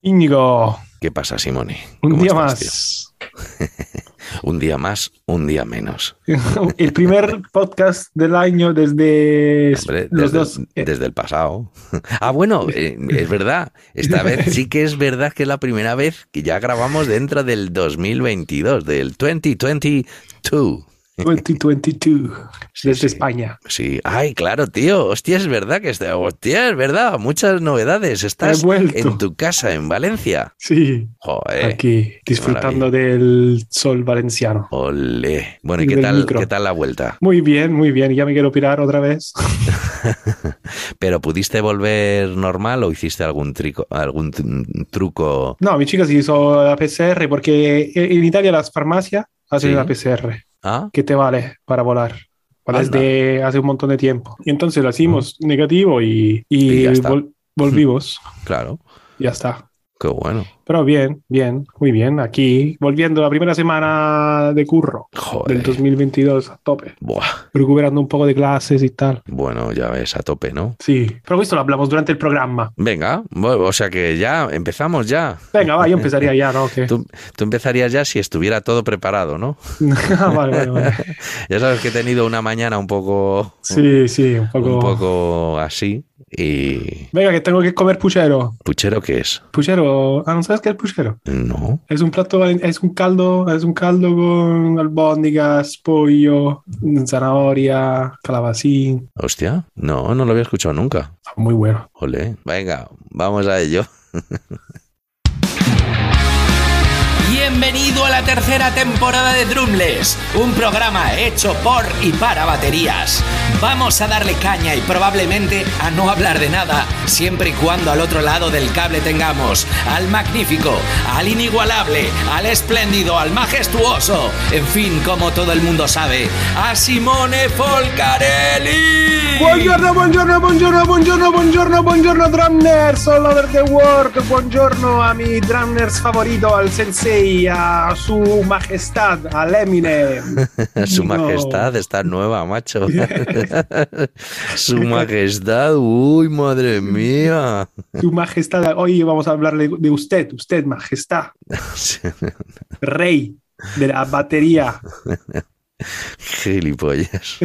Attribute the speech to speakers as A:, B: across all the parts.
A: Íñigo,
B: ¿Qué pasa, Simone?
A: un
B: ¿Cómo
A: día
B: estás,
A: más.
B: tío? Un día más, un día menos.
A: El primer podcast del año desde
B: Hombre,
A: los
B: desde,
A: dos. eh,
B: desde el pasado. Ah, bueno, eh, es verdad. Esta vez sí que es verdad que es la primera vez que ya grabamos dentro del 2022, del 2022.
A: 2022,
B: Sí,
A: desde
B: sí.
A: España.
B: Sí, ay, claro, tío. Hostia, es verdad que está. Hostia, es verdad. Muchas novedades. Estás
A: vuelto.
B: en tu Eh, casa, en Valencia.
A: Sí,
B: Joder.
A: aquí disfrutando del sol valenciano.
B: Olé. Bueno,
A: Y
B: ¿y qué
A: del
B: tal,
A: micro.
B: qué tal la vuelta?
A: Muy bien, muy bien. Ya me quiero pirar otra vez.
B: ¿Pero pudiste volver normal o hiciste algún, trico, algún tr- truco?
A: No, mi chica se hizo la PCR porque eh, en Italia las farmacias hacen
B: Sí.
A: la PCR,
B: ¿Ah?
A: que te vale para volar. Para
B: Anda.
A: desde hace un montón de tiempo. Y entonces lo hicimos negativo y, y
B: Y ya está.
A: vol- volvimos.
B: Claro.
A: ya está.
B: Qué bueno.
A: Pero bien, bien, muy bien. Aquí, volviendo la primera semana de curro
B: Joder.
A: del 2022 a tope,
B: Buah.
A: recuperando un poco de clases y tal.
B: Bueno, ya ves, a tope, ¿no?
A: Sí, pero esto lo hablamos durante el programa.
B: Venga, bu- o sea que ya empezamos ya.
A: Venga, va, yo empezaría ya, ¿no? Que-
B: Tú, tú empezarías ya si estuviera todo preparado, ¿no?
A: Ah, vale, vale, vale.
B: Ya sabes que he tenido una mañana un poco,
A: Sí, sí, un poco.
B: un poco así y
A: Venga, que tengo que comer puchero.
B: puchero qué es.
A: Puchero, ah, ¿no sabes qué es el puchero?
B: No.
A: Es un plato, valen- es un caldo, es un caldo con albóndigas, pollo, zanahoria, calabacín.
B: Hostia, no, no lo había escuchado nunca.
A: Muy bueno.
B: Ole, venga, vamos a ello.
C: Bienvenido a la tercera temporada de Drumless, un programa hecho por y para baterías. Vamos a darle caña y probablemente a no hablar de nada, siempre y cuando al otro lado del cable tengamos al magnífico, al inigualable, al espléndido, al majestuoso, en fin, como todo el mundo sabe, a Simone Folcarelli.
A: Buongiorno, buongiorno, buongiorno, buongiorno, buongiorno, buongiorno drummers all over the world. Buongiorno a mi drummers favorito, al sensei, a su majestad, al Eminem.
B: Su
A: No.
B: majestad está nueva, macho. Su majestad, uy, madre mía.
A: Su majestad, hoy vamos a hablarle de usted, usted, majestad, rey de la batería.
B: Gilipollas.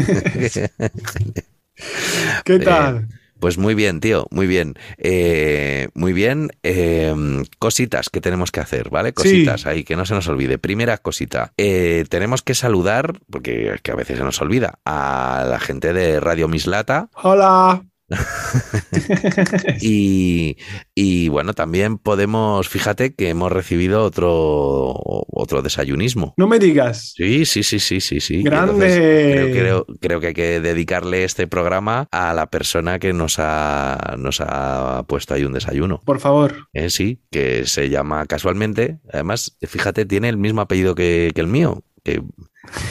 A: ¿Qué
B: Eh,
A: tal?
B: Pues muy bien, tío, muy bien. Eh, muy bien, eh, cositas que tenemos que hacer, ¿vale? Cositas ahí, que no se nos olvide. Primera cosita, eh, tenemos que saludar, porque es que a veces se nos olvida, a la gente de Radio Mislata,
A: Hola.
B: Y, y, bueno, también podemos, fíjate que hemos recibido otro, otro desayunismo.
A: No me digas.
B: Sí, sí, sí, sí, sí, sí. Y entonces
A: Grande.
B: Creo, creo, creo que hay que dedicarle este programa a la persona que nos ha, nos ha puesto ahí un desayuno.
A: Por favor.
B: Eh, sí, que se llama casualmente, además, fíjate, tiene el mismo apellido que, que el mío, que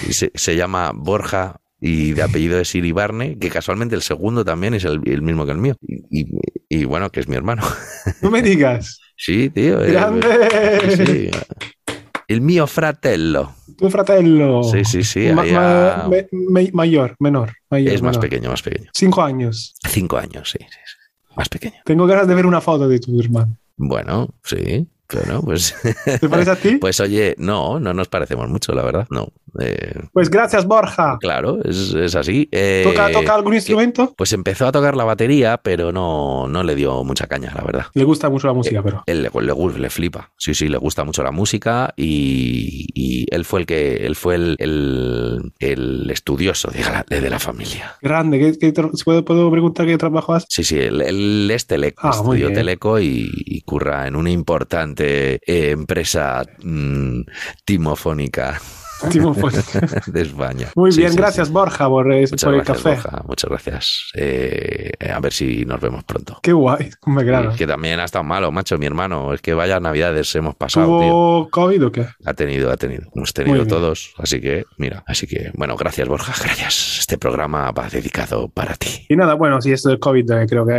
B: y se, se llama Borja y de apellido es Iribarne, que casualmente el segundo también es el, el mismo que el mío. Y, y- y bueno, que es mi hermano.
A: No me digas.
B: Sí, tío. eh,
A: Grande.
B: sí. El mío fratello.
A: Tu fratello.
B: Sí, sí, sí.
A: Ma-
B: ahí
A: ma-
B: ha-
A: me- me- mayor, menor, mayor,
B: Es más
A: menor.
B: pequeño, más pequeño.
A: Cinco años.
B: Cinco años, sí, sí, sí. Más pequeño.
A: Tengo ganas de ver una foto de tu hermano.
B: Bueno, sí. Bueno, pues.
A: ¿Te parece a ti?
B: Pues oye, no, no nos parecemos mucho, la verdad, no. Eh,
A: Pues gracias, Borja.
B: claro, es, es así. Eh,
A: ¿Toca, toca algún
B: que-
A: instrumento?
B: Pues empezó a tocar la batería, pero no, no le dio mucha caña, la verdad.
A: Le gusta
B: eh,
A: mucho la música, pero.
B: Él le, le gu- le flipa. Sí, sí, le gusta mucho la música y, y él fue el que él fue el, el, el estudioso, dígala, de la familia.
A: Grande, ¿qué, qué tra- si puedo, puedo preguntar qué trabajo hace?
B: Sí, sí, él, él es Teleco,
A: Ah, muy
B: estudió
A: bien.
B: Teleco y, y curra en una importante eh, empresa mm, timofónica
A: Timo Fuente.
B: de España.
A: pues, Muy
B: Sí,
A: bien,
B: sí,
A: gracias,
B: sí.
A: Borja, por, eh,
B: Muchas
A: por el
B: gracias,
A: café.
B: Borja, muchas gracias. Eh, a ver si nos vemos pronto.
A: Qué guay, me agrada.
B: Y Que también ha estado malo, macho, mi hermano. Es que vaya navidades hemos pasado, tío.
A: ¿Tuvo COVID o qué?
B: Ha tenido, ha tenido. Hemos tenido
A: bien.
B: todos. Así que, mira, así que, bueno, gracias Borja, gracias. Este programa va dedicado para ti.
A: Y nada, bueno, sí, esto del COVID, eh, creo que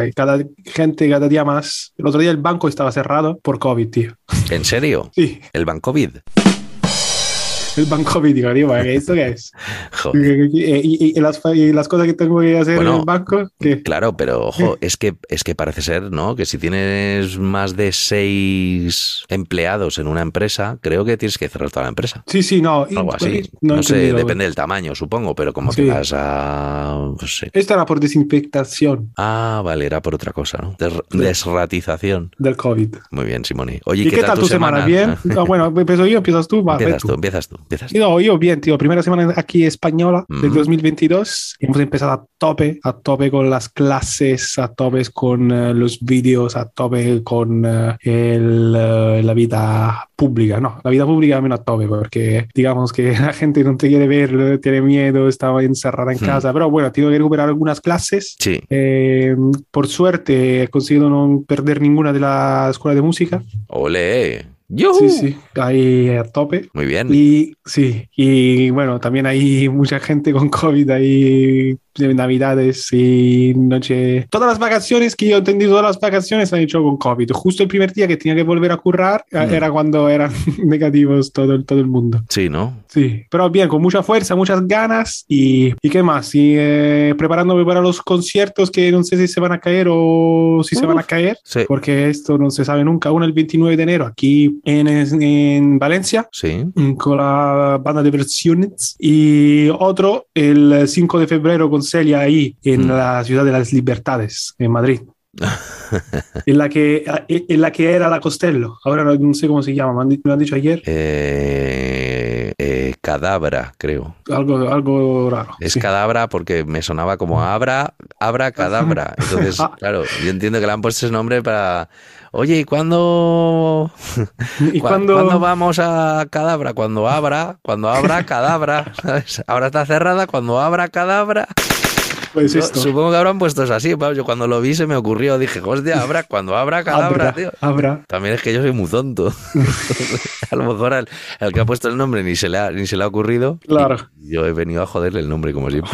A: eh, cada gente cada día más. El otro día el banco estaba cerrado por COVID, tío.
B: ¿En serio?
A: Sí,
B: ¿El Bancovid?
A: el banco COVID, digo, digo, ¿eh? ¿esto qué es? Y,
B: Joder.
A: y- y- y las, y las cosas que tengo que hacer en
B: Bueno,
A: el banco, que
B: Claro, pero ojo, es que, es que parece ser, ¿no? Que si tienes más de seis empleados en una empresa, creo que tienes que cerrar toda la empresa.
A: Sí, sí, no. y- pues,
B: Algo así.
A: no
B: No, sé,
A: entendido.
B: depende del tamaño, supongo, pero como
A: Sí.
B: te vas a. pues, No sé.
A: Esto era por desinfectación
B: Ah, vale, era por otra cosa, ¿no? Des- desratización.
A: del COVID.
B: Muy bien, Simoni. Oye,
A: ¿Y, qué tal tu semana? ¿Bien? Ah, bueno, empiezo yo, empiezas tú, va, ve
B: Empiezas
A: tú.
B: tú, empiezas tú, empiezas tú.
A: No, yo bien, tío. Primera semana aquí española del
B: Mm.
A: 2022. Hemos empezado a tope, a tope con las clases, a tope con eh, los vídeos, a tope con eh, el, eh, la vida pública. No, la vida pública menos a tope porque digamos que la gente no te quiere ver, eh, tiene miedo, estaba encerrada en
B: Mm.
A: casa. Pero bueno, tengo que recuperar algunas clases.
B: Sí,
A: Eh, por suerte he conseguido no perder ninguna de la escuela de música.
B: ole. ¡Yujú! Mm.
A: Sí, sí, ahí a tope.
B: Muy bien.
A: Y sí, y bueno, también hay mucha gente con COVID ahí, de navidades y noche. Todas las vacaciones que yo he entendido, todas las vacaciones han hecho con COVID. Justo el primer día que tenía que volver a currar eh,
B: Mm.
A: era cuando eran negativos todo, el- todo el mundo.
B: Sí, ¿no?
A: Sí, pero bien, con mucha fuerza, muchas ganas y, y qué más, y eh, preparándome para los conciertos que no sé si se van a caer o si se van a caer,
B: Sí.
A: porque esto no se sabe nunca. Uno el 29 de enero aquí en, en Valencia
B: Sí.
A: mm, con la banda de versiones y otro el 5 de febrero con Celia ahí en
B: Mm.
A: la ciudad de las libertades en Madrid en la que en la que era la Costello ahora no, no sé cómo se llama me han di- me lo han dicho ayer
B: Eh, eh, cadabra, creo.
A: algo algo raro
B: Es
A: sí.
B: cadabra porque me sonaba como abra, abra cadabra. Entonces,
A: Ah.
B: claro, yo entiendo que le han puesto ese nombre para. Oye, ¿y cuándo?
A: y
B: cua-
A: cuando
B: cuándo vamos a cadabra? Cuando abra, cuando abra cadabra. ¿sabes? Ahora está cerrada, cuando abra cadabra.
A: pues
B: Yo
A: esto
B: supongo que habrán puesto eso así. Pablo. Yo cuando lo vi se me ocurrió, dije, hostia, abra, cuando abra cadabra,
A: habrá
B: tío.
A: habrá
B: También es que yo soy muy tonto. a lo mejor al, al que ha puesto el nombre ni se le ha, ni se le ha ocurrido.
A: Claro.
B: Y yo he venido a joderle el nombre, como siempre.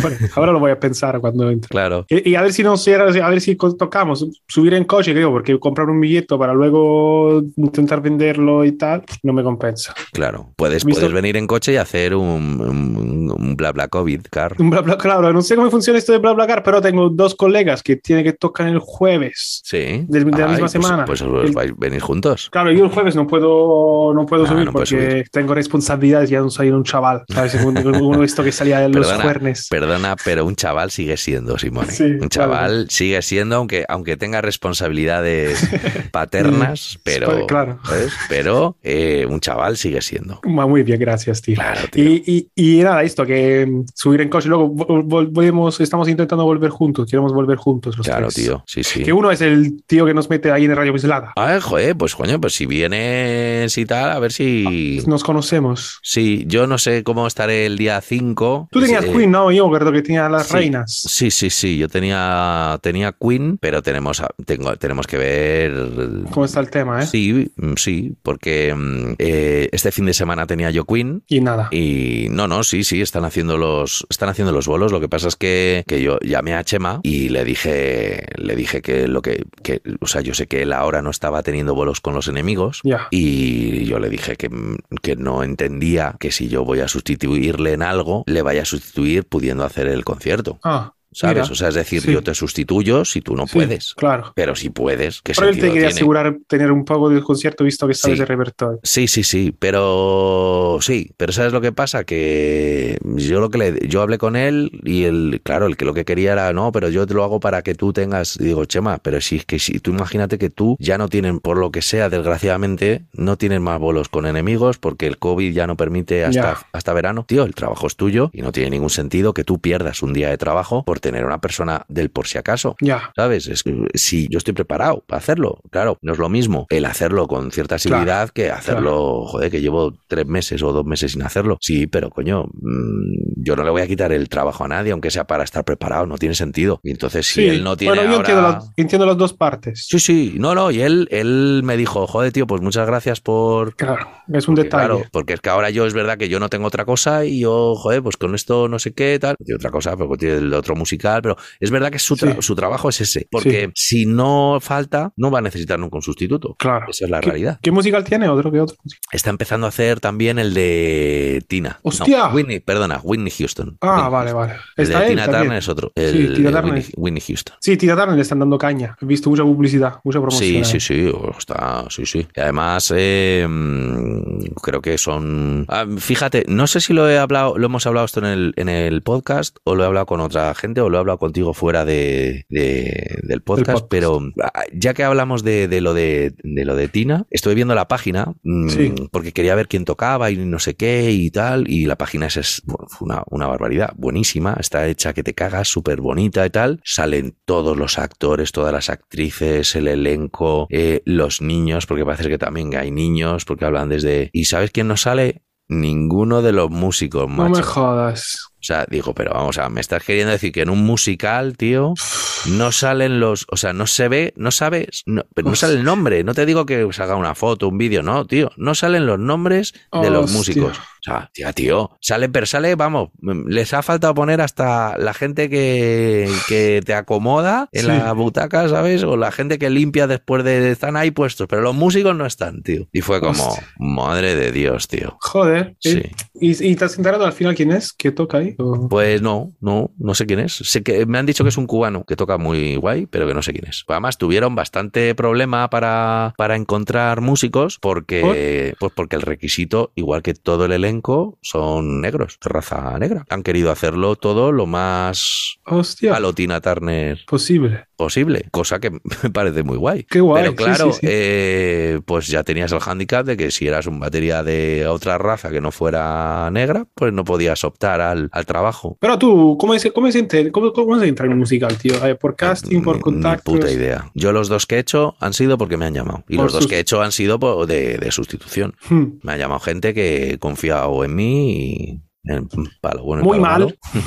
A: Bueno, ahora lo voy a pensar cuando entre
B: Claro.
A: Y, y a ver si no cierra, a ver si co- tocamos. Subir en coche, creo, porque comprar un billete para luego intentar venderlo y tal, no me compensa.
B: Claro, puedes,
A: ¿Visto?
B: puedes venir en coche y hacer un, un, un bla bla COVID car.
A: Un bla bla, claro, no sé cómo funciona esto de bla bla, pero tengo dos colegas que tienen que tocar el jueves.
B: Sí.
A: Del- de la misma
B: pues-
A: semana.
B: Pues, os
A: El-
B: vais venir juntos.
A: Claro, yo el jueves no puedo, no puedo
B: Ah,
A: subir
B: no
A: porque
B: puedes
A: tengo responsabilidades, ya no soy un chaval, ¿sabes? Uno uno de esto que salía de los
B: Perdona,
A: cuernes.
B: Perdona, pero un chaval sigue siendo, Simone.
A: Sí,
B: un chaval
A: claro.
B: sigue siendo, aunque, aunque tenga responsabilidades paternas, pero,
A: Claro.
B: ¿sabes? pero eh, un chaval sigue siendo.
A: Ma- Muy bien, gracias, tío.
B: Claro, tío.
A: Y, y- y nada, esto, que mm, subir en coche, luego vol- volvemos, estamos intentando volver juntos, queremos volver juntos los
B: Claro,
A: tres.
B: tío. Sí, sí.
A: Que uno es el tío que nos mete ahí en el Radio Pislada.
B: Ah, joder, pues coño, pues si vienes y tal, a ver
A: Ah,
B: si.
A: Nos conocemos.
B: Sí, yo no sé cómo estaré el día 5.
A: Tú tenías
B: Eh,
A: Queen, ¿no? Yo recuerdo que tenía las
B: sí.
A: reinas.
B: Sí, sí, sí, yo tenía, tenía Queen, pero tenemos, a- tengo, tenemos que ver...
A: ¿Cómo está el tema, eh?
B: Sí, mm, sí, porque mm, eh, este fin de semana tenía yo Queen
A: Y nada.
B: y no, no, sí, sí, están haciendo los, están haciendo los bolos. Lo que pasa es que, que yo llamé a Chema y le dije, le dije que lo que, que, o sea, yo sé que él ahora no estaba teniendo bolos con los enemigos.
A: Ya.
B: Y yo le dije que, que no entendía que si yo voy a sustituirle en algo, le vaya a sustituir pudiendo hacer el concierto.
A: Ah,
B: ¿sabes?
A: Mira,
B: o sea, es decir,
A: sí.
B: yo te sustituyo si tú no
A: Sí,
B: puedes.
A: Claro.
B: Pero si puedes, ¿qué
A: Pero él
B: sentido
A: te quería
B: tiene?
A: asegurar tener un poco del concierto visto que sabes
B: Sí.
A: de repertorio.
B: Sí, sí, sí, pero sí, pero ¿sabes lo que pasa? Que yo lo que le, yo hablé con él y él, claro, el que lo que quería era, no, pero yo te lo hago para que tú tengas, y digo, Chema, pero si es que si tú imagínate que tú ya no tienen, por lo que sea, desgraciadamente, no tienen más bolos con enemigos porque el COVID ya no permite hasta,
A: Ya.
B: hasta verano. Tío, el trabajo es tuyo y no tiene ningún sentido que tú pierdas un día de trabajo por tener una persona del por si acaso.
A: Ya.
B: ¿Sabes? Es que si yo estoy preparado para hacerlo, claro, no es lo mismo el hacerlo con cierta asiduidad que hacerlo, joder, que llevo tres meses o dos meses sin hacerlo. Sí, pero coño, mm, yo no le voy a quitar el trabajo a nadie, aunque sea para estar preparado, no tiene sentido. Y entonces, si él no tiene
A: bueno, yo
B: ahora-
A: entiendo, las, entiendo las dos partes.
B: Sí, sí, no, no, y él, él me dijo, joder, tío, pues muchas gracias por...
A: Claro, es un
B: porque,
A: detalle.
B: Claro, porque es que ahora yo es verdad que yo no tengo otra cosa y yo, joder, pues con esto no sé qué, tal. Tiene otra cosa, pero tiene el otro musical, pero es verdad que su, tra-
A: Sí.
B: su trabajo es ese. Porque si no falta, no va a necesitar nunca un sustituto.
A: Claro.
B: Esa es la
A: ¿Qué,
B: realidad.
A: qué musical tiene? Otro que otro.
B: Está empezando a hacer también el de Tina. No,
A: ¡Hostia!
B: Whitney, perdona, Whitney Houston.
A: Ah,
B: Whitney
A: vale,
B: Houston.
A: vale.
B: El
A: Está
B: de
A: él
B: Tina
A: también.
B: Turner es otro. El,
A: Sí, Tina
B: de
A: Turner.
B: Whitney, Whitney Houston.
A: Sí, Tira Turner le están dando caña. He visto mucha publicidad, mucha
B: Sí,
A: promoción.
B: sí, sí, o- está, sí, sí. Y además, eh, mm, creo que son. Ah, fíjate, no sé si lo he hablado, lo hemos hablado esto en el, en el podcast, o lo he hablado con otra gente, o lo he hablado contigo fuera de, de- del podcast,
A: podcast.
B: pero ah, ya que hablamos de, de lo de, de lo de Tina, estoy viendo la página mm,
A: Sí.
B: porque quería ver quién tocaba y no sé qué y tal, y la página es, es bueno, fue una, una barbaridad, buenísima, está hecha que te cagas, súper bonita y tal, salen todos los actores, todas las actrices, el elenco, eh, los niños, porque parece que también hay niños, porque hablan desde... ¿Y sabes quién no sale? Ninguno de los músicos,
A: No me
B: macho.
A: jodas.
B: O sea, digo, pero vamos, o sea, me estás queriendo decir que en un musical, tío, no salen los, o sea, no se ve, no sabes, no, pero no sale el nombre, no te digo que salga una foto, un vídeo, no, tío, no salen los nombres de los
A: Hostia.
B: músicos. O sea, tío, tío, sale, pero sale, vamos, les ha faltado poner hasta la gente que, que te acomoda en
A: Sí.
B: la butaca, ¿sabes? O la gente que limpia después de, están ahí puestos, pero los músicos no están, tío. Y fue como,
A: Hostia.
B: madre de Dios, tío.
A: Joder.
B: Sí.
A: ¿eh? ¿Y, y te has enterado al final quién es? ¿Qué toca ahí? ¿O-
B: Pues no, no, no sé quién es. Sé que me han dicho que es un cubano que toca muy guay, pero que no sé quién es. Además, tuvieron bastante problema para, para encontrar músicos porque, pues porque el requisito, igual que todo el elenco, son negros, de raza negra. Han querido hacerlo todo lo más
A: Hostia.
B: a lo Tina Turner
A: Posible.
B: posible, cosa que me parece muy guay.
A: Qué guay.
B: Pero
A: sí,
B: claro,
A: sí, sí.
B: eh, pues ya tenías el hándicap de que si eras un batería de otra raza que no fuera negra, pues no podías optar al, al trabajo.
A: Pero tú, ¿cómo se, cómo se enter- cómo, cómo se entra en un musical, tío? Eh, ¿Por casting,
B: Ni-
A: por
B: ni
A: contactos?
B: puta idea. Yo los dos que he hecho han sido porque me han llamado. Y
A: Por
B: los dos
A: sus-
B: que he hecho han sido por- de, de sustitución.
A: Hmm.
B: Me ha llamado gente que confía o en mí y en- para lo bueno y
A: Muy
B: para lo
A: mal.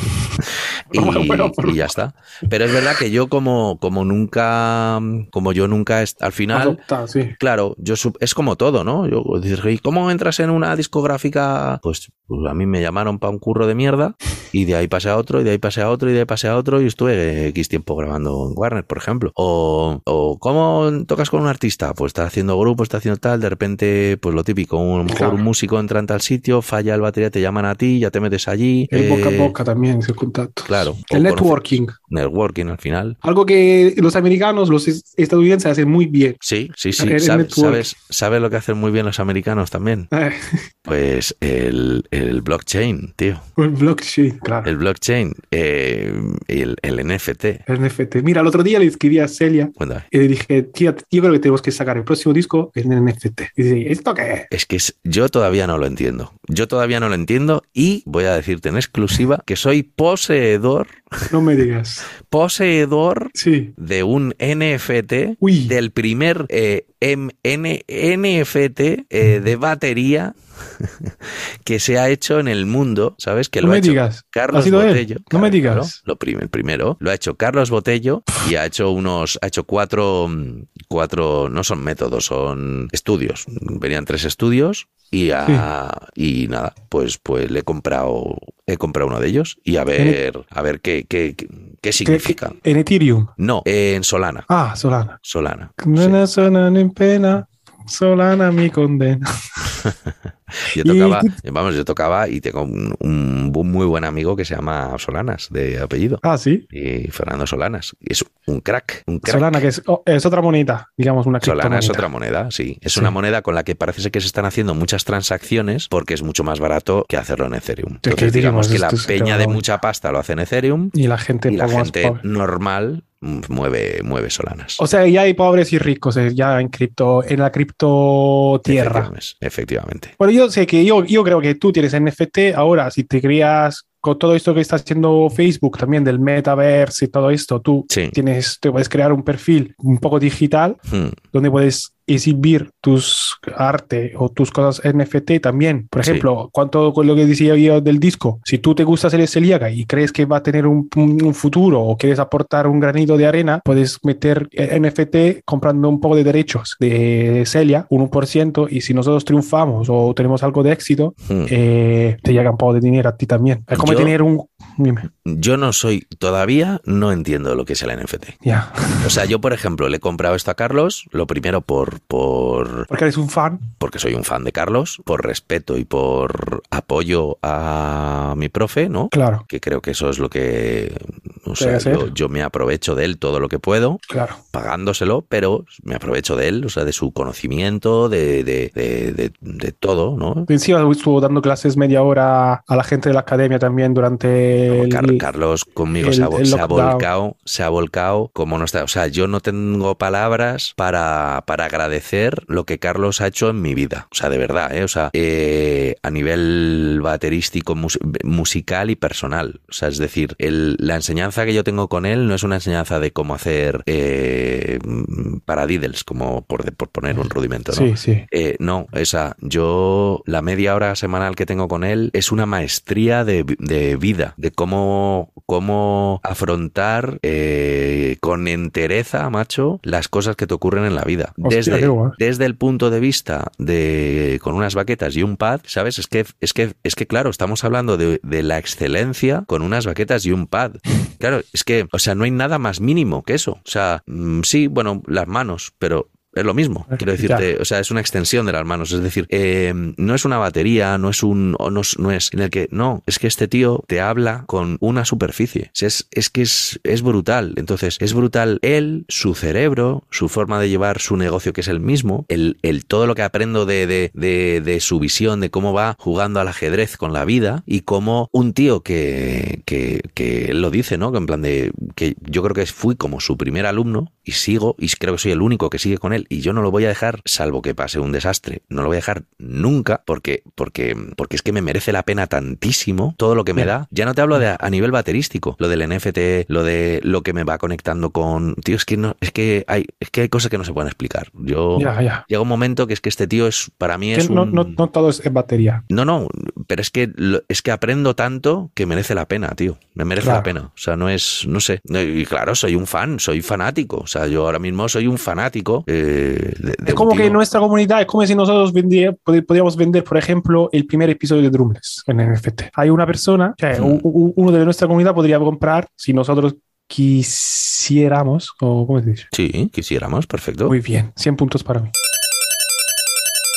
B: malo. Y,
A: Bueno, por-
B: y ya está. Pero es verdad que yo como, como nunca, como yo nunca, est- al final,
A: Adopta, sí.
B: Claro, yo sup- es como todo, ¿no? Yo dices, "Oye, ¿cómo entras en una discográfica? Pues, pues a mí me llamaron para un curro de mierda y de ahí pasé a otro y de ahí pasé a otro y de ahí pasé a otro y estuve eh, X tiempo grabando en Warner, por ejemplo. O, o ¿cómo tocas con un artista? Pues está haciendo grupo, está haciendo tal, de repente, pues lo típico, un, a lo mejor
A: Claro.
B: un músico entra en tal sitio, falla el batería, te llaman a ti, ya te metes allí.
A: El boca
B: eh,
A: a boca también, ese contacto.
B: Claro.
A: El
B: O conoce-
A: networking.
B: Networking al final.
A: Algo que los americanos, los es- estadounidenses hacen muy bien.
B: Sí, sí,
A: El-
B: sí.
A: el
B: Sabes,
A: network.
B: sabes, sabes lo que hacen muy bien los americanos también.
A: Eh,
B: Pues el, el blockchain, tío.
A: el blockchain, claro.
B: El blockchain, eh, el, el NFT.
A: El NFT. Mira, el otro día le escribí a Celia
B: Cuéntame.
A: y le dije, tía, yo creo que tenemos que sacar el próximo disco en NFT. Y dice, ¿esto qué es?
B: Es que es- yo todavía no lo entiendo. Yo todavía no lo entiendo y voy a decirte en exclusiva que soy poseedor,
A: No me digas.
B: poseedor
A: Sí.
B: de un NFT
A: Uy.
B: del primer eh, M- N- NFT eh, de batería que se ha hecho en el mundo, ¿sabes? Que
A: no
B: lo
A: me
B: ha hecho
A: digas.
B: Carlos
A: ha sido él.
B: Botello.
A: No me digas.
B: lo prim- el primero lo ha hecho Carlos Botello y ha hecho unos, ha hecho cuatro, mm, cuatro, no son métodos, son estudios. Venían tres estudios y a- y nada, pues, pues le he comprado, he comprado uno de ellos y a ver, a ver qué, qué, qué, qué
A: ¿Qué-
B: significa.
A: qué- En Ethereum.
B: No, en Solana,
A: Ah, Solana.
B: Solana. sí.
A: No no suenan en pena. Solana mi condena.
B: Yo tocaba, vamos, yo tocaba y tengo un, un bu- muy buen amigo que se llama Solanas, de apellido.
A: Ah, sí.
B: Y Fernando Solanas. Y es un crack. Un crack.
A: Solana, que es, oh, es otra monita, digamos, una
B: Solana es
A: criptomoneda.
B: otra moneda, sí. Es
A: Sí.
B: una moneda con la que parece ser que se están haciendo muchas transacciones porque es mucho más barato que hacerlo en Ethereum.
A: que
B: Entonces, digamos
A: digamos,
B: que la
A: esto es
B: peña de
A: cabrón.
B: mucha pasta lo hace en Ethereum
A: Y la gente,
B: y la
A: poco más
B: gente
A: pobre.
B: normal mm, mueve, mueve Solanas.
A: O sea, ya hay pobres y ricos eh, ya en cripto, en la cripto tierra.
B: Efectivamente, Efectivamente.
A: Bueno, yo sé que yo, yo creo que tú tienes NFT ahora, si te creas con todo esto que está haciendo Facebook también del metaverse y todo esto, tú
B: Sí.
A: tienes, te puedes crear un perfil un poco digital
B: Hmm.
A: donde puedes exhibir tus arte o tus cosas NFT también. Por
B: Sí.
A: ejemplo, cuanto con lo que decía yo del disco, si tú te gusta ser celíaca y crees que va a tener un, un- un futuro o quieres aportar un granito de arena, puedes meter eh, NFT comprando un poco de derechos de Celia, un 1%, y si nosotros triunfamos o tenemos algo de éxito,
B: Hmm.
A: eh, te llega un poco de dinero a ti también. Es como
B: Yo-
A: tener un... Dime,
B: Yo no soy, todavía no entiendo lo que es el NFT.
A: ya.
B: O sea, yo, por ejemplo, le he comprado esto a Carlos, lo primero por, por
A: Porque eres un fan.
B: porque soy un fan de Carlos, por respeto y por apoyo a mi profe, ¿no?
A: Claro,
B: Que creo que eso es lo que. O sea,
A: Debe ser.
B: yo, yo me aprovecho de él todo lo que puedo,
A: claro.
B: pagándoselo, pero me aprovecho de él, o sea, de su conocimiento, de, de, de, de- de todo, ¿no?
A: Encima estuvo dando clases media hora a la gente de la academia también durante el...
B: Car- Carlos conmigo se, ha,
A: el-
B: vo-
A: el
B: se ha
A: lockdown.
B: volcado, se ha volcado como no está. O sea, yo no tengo palabras para, para agradecer lo que Carlos ha hecho en mi vida. O sea, de verdad, ¿eh? O sea, eh, a nivel baterístico, mus- musical y personal. O sea, es decir, el- la enseñanza que yo tengo con él no es una enseñanza de cómo hacer eh, mm, paradiddles, como por, de- por poner un rudimento, ¿no?
A: Sí, sí.
B: Eh, no, esa, yo la media hora semanal que tengo con él es una maestría de, vi- de vida, de cómo, cómo afrontar eh, con entereza, macho, las cosas que te ocurren en la vida.
A: Hostia,
B: Desde,
A: qué guay.
B: desde el punto de vista de con unas baquetas y un pad, ¿sabes? Es que, es que, es que claro, estamos hablando de, de la excelencia con unas baquetas y un pad. Claro, es que, o sea, no hay nada más mínimo que eso. O sea, mm, sí, bueno, las manos, pero es lo mismo. Quiero decirte, o sea, es una extensión de las manos. Es decir, eh, no es una batería, no es un. o No es, no es. En el que, no, es que este tío te habla con una superficie. O sea, es, es que es, es brutal. Entonces, es brutal él, su cerebro, su forma de llevar su negocio, que es el mismo, el, el todo lo que aprendo de, de, de, de su visión, de cómo va jugando al ajedrez con la vida y cómo un tío que, que, que él lo dice, ¿no? Que en plan de. que yo creo que fui como su primer alumno y sigo, y creo que soy el único que sigue con él, y yo no lo voy a dejar, salvo que pase un desastre, no lo voy a dejar nunca, porque, porque, porque es que me merece la pena tantísimo todo lo que me da. Ya no te hablo de a nivel baterístico, lo del NFT, lo de lo que me va conectando con. Tío, es que no, es que hay, es que hay cosas que no se pueden explicar. Yo
A: Ya, ya.
B: llega un momento que es que este tío es, para mí
A: Que
B: Oh. es
A: no,
B: un.
A: no, no todo es batería.
B: No, no, pero es que lo- es que aprendo tanto que merece la pena, tío. Me merece la
A: Claro.
B: pena. O sea, no es, no sé. No, Y claro, soy un fan, soy fanático. O sea, yo ahora mismo soy un fanático. eh, de, de
A: Es
B: un
A: como que
B: tío.
A: nuestra comunidad, es como si nosotros vendía- pod- podríamos vender, por ejemplo, el primer episodio de Drumless en NFT. Hay una persona, o sea,
B: Sí.
A: u- u- uno de nuestra comunidad podría comprar si nosotros quisiéramos, o cómo se dice.
B: Sí, quisiéramos, perfecto.
A: Muy bien, 100 puntos para mí.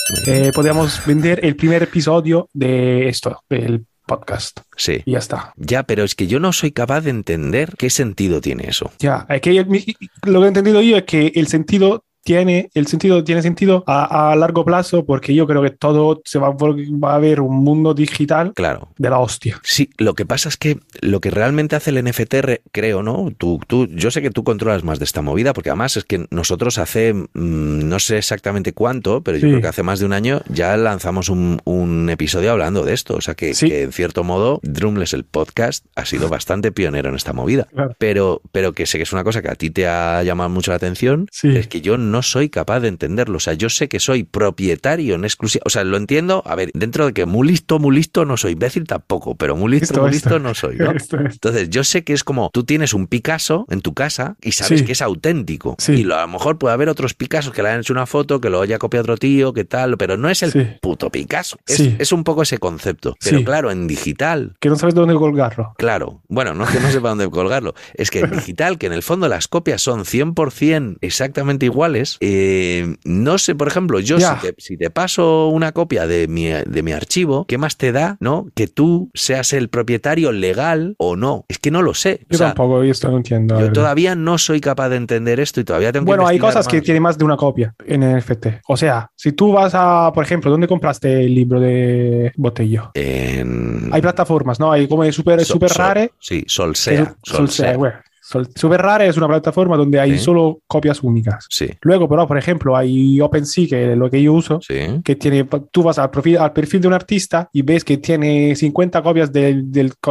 B: Muy bien.
A: Eh, podríamos vender el primer episodio de esto, del podcast.
B: sí.
A: Y ya está.
B: Ya, pero es que yo no soy capaz de entender qué sentido tiene eso.
A: Ya, es que mi- lo que he entendido yo es que el sentido tiene, el sentido tiene sentido a, a largo plazo porque yo creo que todo se va, a vol- va a ver un mundo digital
B: Claro.
A: de la hostia.
B: Sí, lo que pasa es que lo que realmente hace el NFT, re- creo, ¿no? Tú, tú, yo sé que tú controlas más de esta movida, porque además es que nosotros hace, mm, no sé exactamente cuánto, pero yo
A: Sí.
B: creo que hace más de un año ya lanzamos un, un episodio hablando de esto. O sea que,
A: Sí.
B: que, en cierto modo, Drumless, el podcast, ha sido bastante pionero en esta movida.
A: Claro.
B: Pero, pero que sé que es una cosa que a ti te ha llamado mucho la atención,
A: Sí.
B: es que yo no soy capaz de entenderlo. O sea, yo sé que soy propietario en exclusiva. O sea, lo entiendo. A ver, dentro de que muy listo, muy listo no soy. Imbécil tampoco, pero muy listo,
A: Esto,
B: muy
A: esto.
B: listo no soy. ¿no?
A: Esto es-
B: Entonces, yo sé que es como tú tienes un Picasso en tu casa y sabes
A: Sí.
B: que es auténtico.
A: Sí.
B: Y lo- a lo mejor puede haber otros Picassos que le han hecho una foto, que lo haya copiado otro tío, que tal, pero no es el
A: Sí.
B: puto Picasso. Es,
A: Sí.
B: es un poco ese concepto. Pero
A: Sí.
B: claro, en digital,
A: Que no sabes dónde colgarlo.
B: Claro, bueno, no es que no sepa dónde colgarlo, es que en digital, que en el fondo las copias son 100% exactamente musicales, eh, no sé, por ejemplo, yo
A: Ya.
B: si, te, si te paso una copia de mi, de mi archivo, ¿qué más te da, no? Que tú seas el propietario legal o no. Es que no lo sé. O
A: Yo
B: sea,
A: tampoco, yo esto no entiendo. la
B: yo
A: verdad.
B: todavía no soy capaz de entender esto y todavía tengo que
A: Bueno, hay
B: investigar
A: cosas que
B: más.
A: tienen más de una copia en NFT. O sea, si tú vas a, por ejemplo, ¿dónde compraste el libro de Botello?
B: En-
A: Hay plataformas, ¿no? Hay como de Super,
B: Mm. Sol-
A: super
B: Sol-
A: Rare.
B: Sí, Solsea.
A: es- Sol-
B: Solsea.
A: bueno, Sol- super Rare es una plataforma donde hay
B: Sí.
A: solo copias únicas.
B: Sí,
A: Luego, pero, por ejemplo, hay OpenSea, que es lo que yo uso,
B: sí.
A: que tiene, tú vas al perfil, al perfil de un artista y ves que tiene 50 copias de,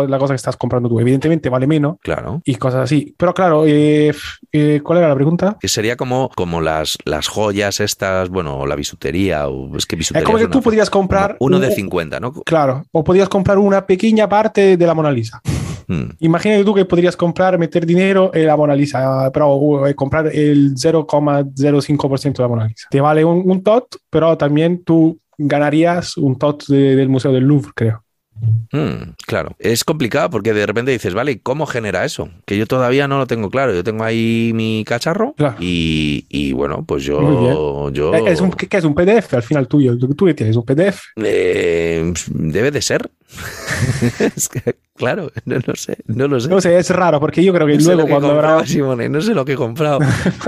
A: la cosa que estás comprando tú. Evidentemente vale menos
B: Claro.
A: y cosas así. Pero claro, eh, f- eh, ¿cuál era la pregunta?
B: Que sería como, como las, las joyas estas, bueno, o la bisutería, o es que bisutería.
A: Es como que
B: una-
A: tú podrías comprar...
B: Uno de
A: un-
B: 50, ¿no?
A: Claro, o podrías comprar una pequeña parte de la Mona Lisa.
B: Mm,
A: Imagínate tú que podrías comprar, meter dinero en la Mona Lisa, pero uh, eh, comprar el 0,05% de la Mona Lisa. Te vale un, un tot, pero también tú ganarías un tot de- del Museo del Louvre, creo. Eh,
B: mm, claro. Es complicado porque de repente dices, vale, ¿y ¿cómo genera eso? Que yo todavía no lo tengo claro. Yo tengo ahí mi cacharro
A: Claro.
B: y, y, bueno, pues
A: Muy
B: yo.
A: bien.
B: yo
A: Eh, Es un, ¿qué, qué es un PDF al final tuyo? Lo que tú le tienes, un PDF.
B: eh, debe de ser. Es que, claro, no, lo sé, no lo sé.
A: No sé, es raro, porque yo creo que
B: No sé lo
A: luego
B: que
A: cuando
B: compraba,
A: habrá...
B: Simone, no sé lo que he comprado.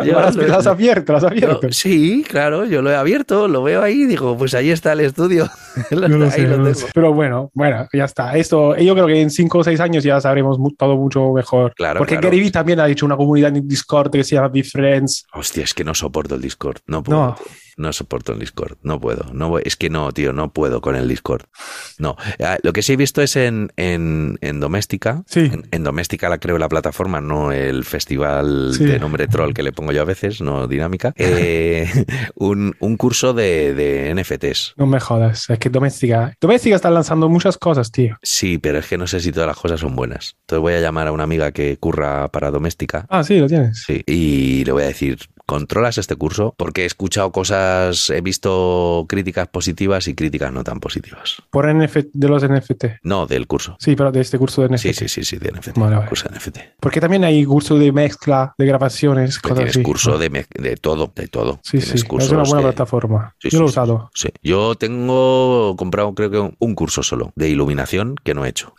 B: Yo
A: las,
B: lo-
A: las has abierto, las has
B: yo-
A: abierto.
B: sí, claro, yo lo he abierto, lo veo ahí, digo, pues ahí está el estudio. Lo-
A: Yo no
B: ahí
A: sé,
B: lo
A: no
B: tengo.
A: sé. Pero bueno, bueno, ya está. Esto, yo creo que en 5 o 6 años ya sabremos mu- todo mucho mejor.
B: Claro,
A: Porque
B: claro.
A: Gary Vee también ha hecho una comunidad en Discord que se llama Be Friends.
B: Hostia, es que no soporto el Discord. No puedo.
A: No,
B: tío. No soporto el Discord. No puedo. No voy- Es que no, tío, no puedo con el Discord. No. Ah, Lo que sí he visto es en, en, en Doméstica.
A: Sí.
B: En, en Doméstica la creo la plataforma, no el festival
A: Sí.
B: de nombre troll que le pongo yo a veces, no dinámica. Eh, un, un curso de, de NFTs.
A: no me jodas. Es que Doméstica. Doméstica está lanzando muchas cosas, tío.
B: Sí, pero es que no sé si todas las cosas son buenas. Entonces voy a llamar a una amiga que curra para doméstica.
A: Ah, sí, lo tienes.
B: Sí, y le voy a decir, ¿controlas este curso? Porque he escuchado cosas, he visto críticas positivas y críticas no tan positivas.
A: Por NF de los NFT.
B: No, del curso.
A: Sí, pero de este curso de NFT.
B: Sí, sí, sí, sí, de NFT.
A: Vale, vale.
B: Curso de NFT. Que
A: Porque también hay curso de mezcla, de grabaciones, cosas
B: Tienes
A: así.
B: curso de, mez- de todo, de todo.
A: Sí, sí.
B: Tienes
A: Es
B: cursos
A: una buena
B: de-
A: plataforma.
B: Sí,
A: yo lo he
B: sí, sí.
A: usado.
B: Sí. Yo tengo comprado, creo que un- un curso solo de iluminación que no he hecho.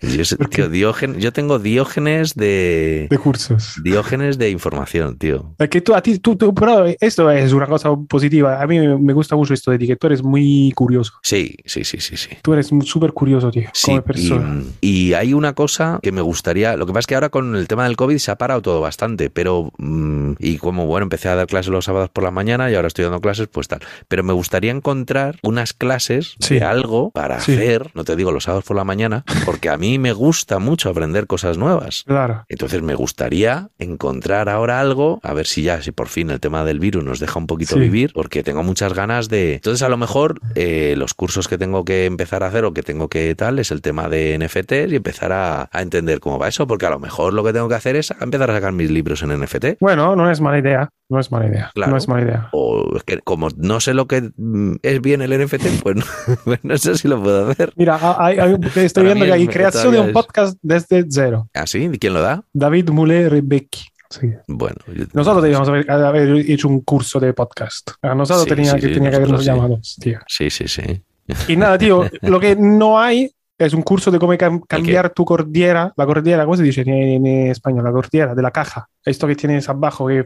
B: yo, sé- tío, Diógen- yo tengo diógenes de,
A: De cursos.
B: Diógenes de información, tío.
A: Es que tú, a ti, tú, tú- pero esto es una cosa positiva. A mí me gusta mucho esto de ti, que tú eres muy curioso.
B: Sí, sí, sí, sí, sí.
A: Tú eres un súper curioso, tío,
B: Sí,
A: como persona.
B: y, y hay una cosa que me gustaría. Lo que pasa es que ahora con el tema del COVID se ha parado todo bastante, pero. mm, y como, bueno, empecé a dar clases los sábados por la mañana y ahora estoy dando clases, pues tal. Pero me gustaría encontrar unas clases
A: Sí.
B: de algo para
A: Sí.
B: hacer, no te digo los sábados por la mañana, porque a mí me gusta mucho aprender cosas nuevas.
A: Claro.
B: Entonces me gustaría encontrar ahora algo, a ver si ya, si por fin el tema del virus nos deja un poquito
A: Sí.
B: vivir, porque tengo muchas ganas de... Entonces a lo mejor eh, los cursos que tengo que empezar a hacer o que tengo que tal es el tema de NFTs y empezar a, a entender cómo va eso, porque a lo mejor lo que tengo que hacer es empezar a sacar mis libros en NFT.
A: Bueno, no es mala idea. No es mala idea.
B: Claro.
A: No es mala idea.
B: O es que como no sé lo que mm, es bien el NFT, pues no, pues no sé si lo puedo hacer.
A: Mira, a- hay- hay- estoy
B: Para
A: viendo
B: mí
A: que hay
B: es-
A: creación de un
B: todavía es-
A: podcast desde cero.
B: ¿Así? ¿Quién lo da?
A: David Moulet Rebecki. Sí.
B: Bueno, yo-
A: Nosotros debíamos haber, haber hecho un curso de podcast. A nosotros
B: Sí,
A: tenía,
B: sí,
A: que,
B: sí,
A: tenía que habernos
B: nosotros sí.
A: llamado, tío.
B: Sí, sí, sí.
A: Y nada, tío, lo que no hay es un curso de cómo cam- cambiar tu cordillera. La cordillera, ¿cómo se dice en, en español? La cordillera de la caja. Esto que tienes abajo que...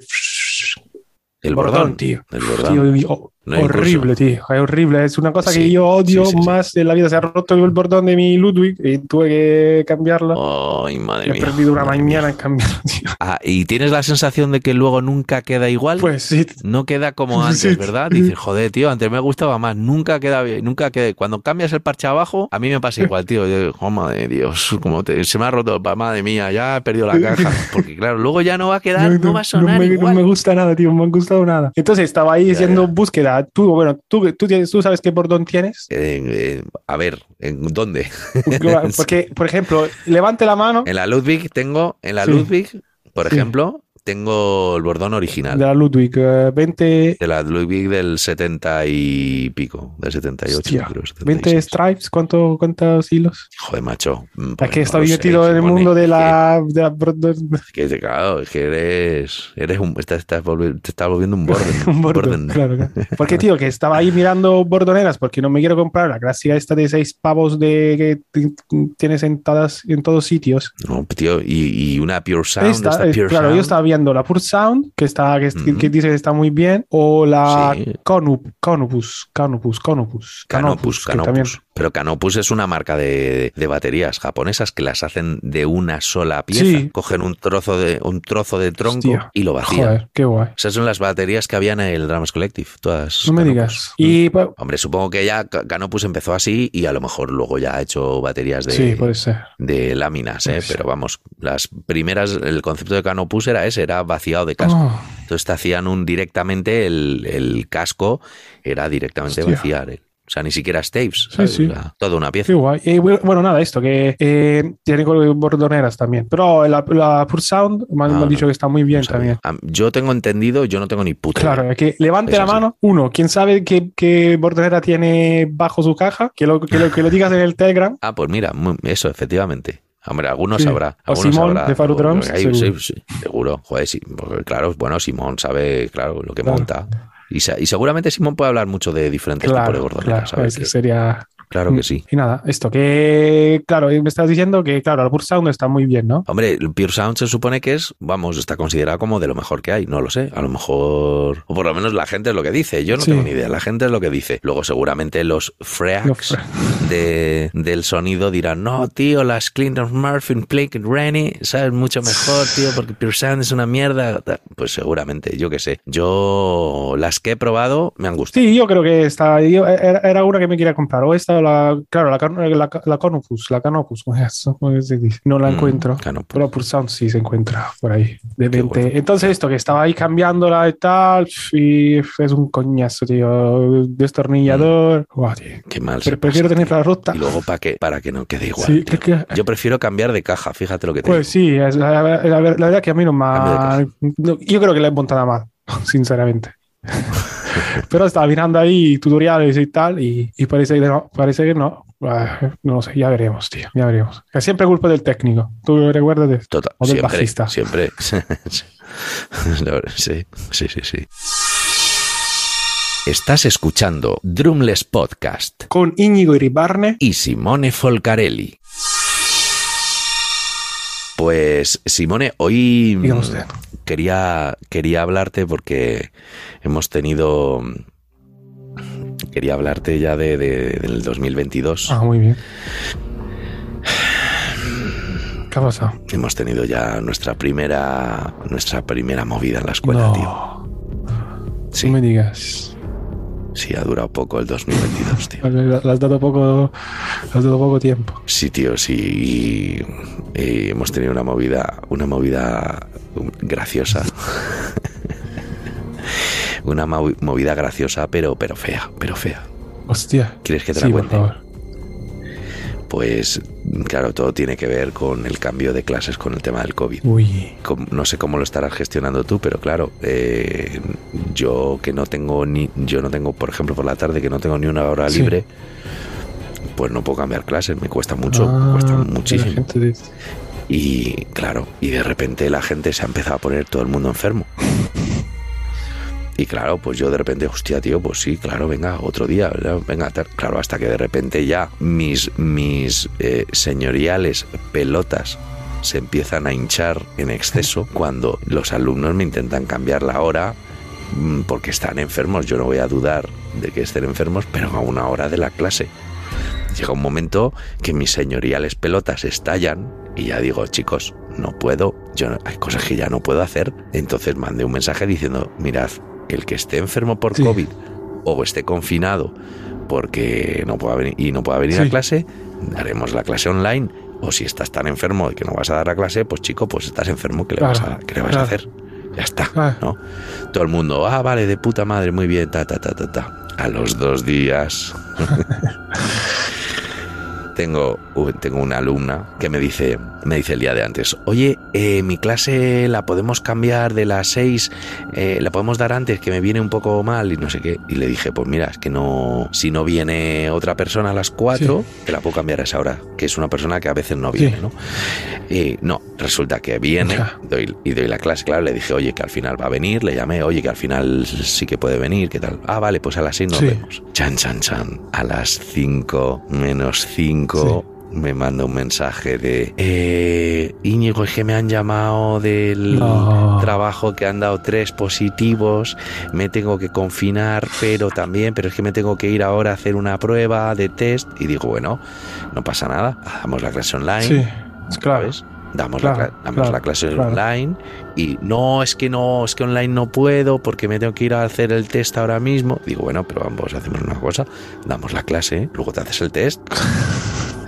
B: El
A: Bordón,
B: bordón,
A: tío.
B: El
A: Tío,
B: bordón.
A: y- oh,
B: No hay
A: horrible, tío. Es horrible. Es una cosa que
B: Sí,
A: yo odio
B: sí, sí, sí.
A: más en la vida. Se ha roto el bordón de mi Ludwig y tuve que cambiarlo.
B: Ay, madre
A: Me he
B: mía.
A: perdido una
B: madre mía.
A: mañana en cambiarlo, tío.
B: Ah, y tienes la sensación de que luego nunca queda igual.
A: Pues sí.
B: no queda como
A: Sí.
B: antes, ¿verdad? Dices, joder, tío, antes me gustaba más, nunca queda bien, nunca queda. Cuando cambias el parche abajo, a mí me pasa igual, tío. Yo digo, oh, madre de Dios, como te- se me ha roto, pa- madre mía, ya he perdido la caja. Porque claro, luego ya no va a quedar, no, va a sonar
A: me,
B: igual.
A: no me gusta nada, tío. No me ha gustado nada. Entonces estaba ahí
B: Ya,
A: haciendo
B: ya.
A: búsqueda. Tú, bueno, tú, tú, tienes- tú sabes qué bordón tienes.
B: Eh, eh, a ver, ¿en dónde?
A: Porque, porque, por ejemplo, levante la mano.
B: En la Ludwig tengo, en la
A: Sí.
B: Ludwig, por
A: Sí.
B: ejemplo, tengo el bordón original.
A: De la Ludwig, eh, 20,
B: De la Ludwig del 70 y pico, del 78,
A: Hostia,
B: creo. 76.
A: 20 stripes, ¿cuánto, ¿cuántos hilos?
B: Joder, macho. mm,
A: Es
B: pues
A: que
B: no
A: está
B: lo sé,
A: metido en el
B: supone
A: mundo de
B: que-
A: la... de la- de-
B: Que, dice, claro, es que eres. eres un, estás, estás volvi- te estás volviendo un borden.
A: un bordo,
B: borden.
A: claro, claro. Porque, tío, que estaba ahí mirando bordoneras porque no me quiero comprar la clásica esta de seis pavos de que t- t- tienes en, todas, en todos sitios.
B: No, tío, y, y una Pure Sound.
A: Esta,
B: esta
A: eh,
B: Pure
A: claro, yo
B: Sound.
A: estaba viendo la Pure Sound, que, está, que,
B: Ujú.
A: que dice que está muy bien, o la
B: Sí.
A: Conup, Conopus, Conopus, Conopus,
B: Canopus,
A: que también-
B: Canopus. Pero Canopus es una marca de, de baterías japonesas que las hacen de una sola pieza.
A: Sí.
B: Cogen un trozo de, un trozo de tronco
A: Hostia.
B: y lo vacían.
A: Joder, qué guay.
B: Esas son las baterías que había en el Dramas Collective. Todas
A: No me
B: Canopus. Mm.
A: digas. Y pues,
B: Hombre, supongo que ya Ca- Canopus empezó así y a lo mejor luego ya ha hecho baterías de,
A: sí, puede ser.
B: de láminas, ¿eh?
A: Pues-
B: pero vamos, las primeras, el concepto de Canopus era ese, era vaciado de casco.
A: Oh,
B: Entonces te hacían un directamente, el, el casco era directamente
A: Hostia.
B: vaciar. ¿eh? O sea, ni siquiera tapes, ¿sabes?
A: sí.
B: Era toda una pieza.
A: qué guay. Y bu- bueno, nada, esto que eh, tiene con bordoneras también. Pero la, la Pure Sound me han,
B: Ah,
A: me han dicho
B: no.
A: que está muy bien
B: No sabía.
A: también.
B: Am- Yo tengo entendido, yo no tengo ni puta. idea.
A: Claro, es que levante
B: Eso
A: la
B: sí.
A: mano. Uno, ¿quién sabe qué, qué bordelera tiene bajo su caja? Que lo, que lo, que lo digas en el Telegram.
B: Ah, pues mira, mu- eso, efectivamente. Hombre, algunos
A: Sí.
B: sabrá.
A: O
B: algunos
A: Simón,
B: sabrá.
A: de Faro
B: Seguro
A: Drums,
B: que hay-
A: seguro.
B: sí, sí, seguro. Joder, sí, porque, claro, bueno, Simón sabe, claro, lo que
A: Claro.
B: monta. Y, sa- y seguramente Simón puede hablar mucho de diferentes tipos Este de
A: Claro, claro,
B: gordoneras, ¿sabes?
A: ese
B: Que-
A: sería.
B: claro que sí.
A: Mm, Y nada, esto que, claro, me estás diciendo que, claro, el Pure Sound está muy bien, ¿no?
B: Hombre, el Pure Sound se supone que es, vamos, está considerado como de lo mejor que hay, no lo sé, a lo mejor, o por lo menos la gente es lo que dice, yo no
A: Sí.
B: tengo ni idea, la gente es lo que dice. Luego seguramente los
A: Los
B: freaks
A: fra-
B: de- del sonido dirán, no, tío, las Clinton Murphy, Blake Rennie, sabes mucho mejor, tío, porque Pure Sound es una mierda. Pues seguramente, yo qué sé, yo las que he probado me han gustado.
A: Sí, yo creo que está. yo- e, era, era una que me quería comprar. O esta, o la, claro, la, Can- la, la Canopus, la Canopus, ¿cómo es? ¿Cómo se dice? No la
B: Mm,
A: encuentro.
B: Canopus.
A: Pero Pure Sound sí se encuentra por ahí, de
B: Qué
A: 20.
B: bueno.
A: Entonces, esto que estaba ahí cambiándola y tal, y es un coñazo, tío. Destornillador. Guau, tío.
B: Qué mal. se
A: Pero prefiero
B: Mm.
A: tener
B: Pues pasa, tío.
A: la ruta.
B: Y luego para que, para que no quede igual.
A: Sí,
B: tío.
A: creo que-
B: Yo prefiero cambiar de caja, fíjate lo que te
A: Pues
B: digo.
A: sí, es la, la- la ver- la verdad que a mí no me.
B: Cambio de casa.
A: no, yo creo que la he montado mal, sinceramente. Pero estaba mirando ahí tutoriales y tal, y, y parece que no, parece que no. Ah, No lo sé, ya veremos, tío, ya veremos. Que siempre culpa del técnico, tú recuerdas de esto.
B: Total,
A: O del
B: siempre,
A: bajista.
B: siempre. La verdad, sí, sí, sí, sí. Estás escuchando Drumless Podcast
A: Con Íñigo Iribarne,
B: y Simone Folcarelli. Pues Simone, hoy mm,
A: dígame usted.
B: quería, quería hablarte porque hemos tenido... Quería hablarte ya de, de- del 2022.
A: Ah, muy bien. ¿Qué ha pasado?
B: Hemos tenido ya nuestra primera, nuestra primera movida en la escuela,
A: no,
B: tío. Sí.
A: no me digas.
B: Sí, ha durado poco el 2022, tío.
A: Le le has dado poco, le has dado poco tiempo.
B: Sí, tío, sí. Y, y hemos tenido una movida, una movida graciosa. una movi- movida graciosa, pero, pero fea, pero fea.
A: Hostia.
B: ¿Quieres que te
A: sí,
B: la
A: por
B: cuente?
A: favor.
B: Pues, claro, todo tiene que ver con el cambio de clases con el tema del COVID.
A: Uy.
B: Com- No sé cómo lo estarás gestionando tú, pero claro, eh, yo que no tengo ni, yo no tengo, por ejemplo, por la tarde que no tengo ni una hora
A: Sí.
B: libre, pues no puedo cambiar clases, me cuesta mucho,
A: Ah,
B: me cuesta
A: que la
B: muchísimo.
A: gente dice-
B: Y claro, y de repente la gente se ha empezado a poner todo el mundo enfermo. Y claro, pues yo de repente, hostia, tío, pues sí, claro, venga, otro día, ¿verdad? venga, tal. claro, hasta que de repente ya mis, mis eh, señoriales pelotas se empiezan a hinchar en exceso cuando los alumnos me intentan cambiar la hora mm, porque están enfermos. Yo no voy a dudar de que estén enfermos, pero a una hora de la clase. Llega un momento que mis señoriales pelotas estallan y ya digo, chicos, no puedo, yo no- hay cosas que ya no puedo hacer. Entonces mandé un mensaje diciendo, mirad, el que esté enfermo por
A: Sí.
B: COVID o esté confinado porque no pueda venir y no pueda venir
A: Sí.
B: a clase, haremos la clase online. O si estás tan enfermo de que no vas a dar la clase, pues chico, pues estás enfermo, ¿qué le vas
A: Claro,
B: a, qué le vas
A: claro.
B: a hacer? Ya está,
A: Claro.
B: ¿no? Todo el mundo, ah, vale, de puta madre, muy bien, ta, ta, ta, ta, ta. A los dos días tengo, u- tengo una alumna que me dice, me dice el día de antes, oye, eh, mi clase la podemos cambiar de las 6, eh, la podemos dar antes, que me viene un poco mal y no sé qué. Y le dije, pues mira, es que no, si no viene otra persona a las 4, te la puedo cambiar a esa hora, que es una persona que a veces no viene, ¿no? Y no, resulta que viene
D: Ya.
B: doy- y doy la clase, claro, le dije, oye, que al final va a venir, le llamé, oye, que al final sí que puede venir, ¿qué tal? Ah, vale, pues a las 6 nos
D: Sí.
B: vemos. Chan, chan, chan. A las 5 menos 5 me manda un mensaje de eh, Íñigo, es que me han llamado del
D: No.
B: trabajo que han dado tres positivos, me tengo que confinar, pero también, pero es que me tengo que ir ahora a hacer una prueba de test. Y digo, bueno, no pasa nada, hagamos la clase online.
D: Sí, es claro.
B: ¿sabes? Damos, la,
D: Claro,
B: cla- damos
D: claro,
B: la clase
D: claro.
B: online y no, es que no, es que online no puedo porque me tengo que ir a hacer el test ahora mismo. Digo, bueno, pero ambos hacemos una cosa, damos la clase, luego te haces el test.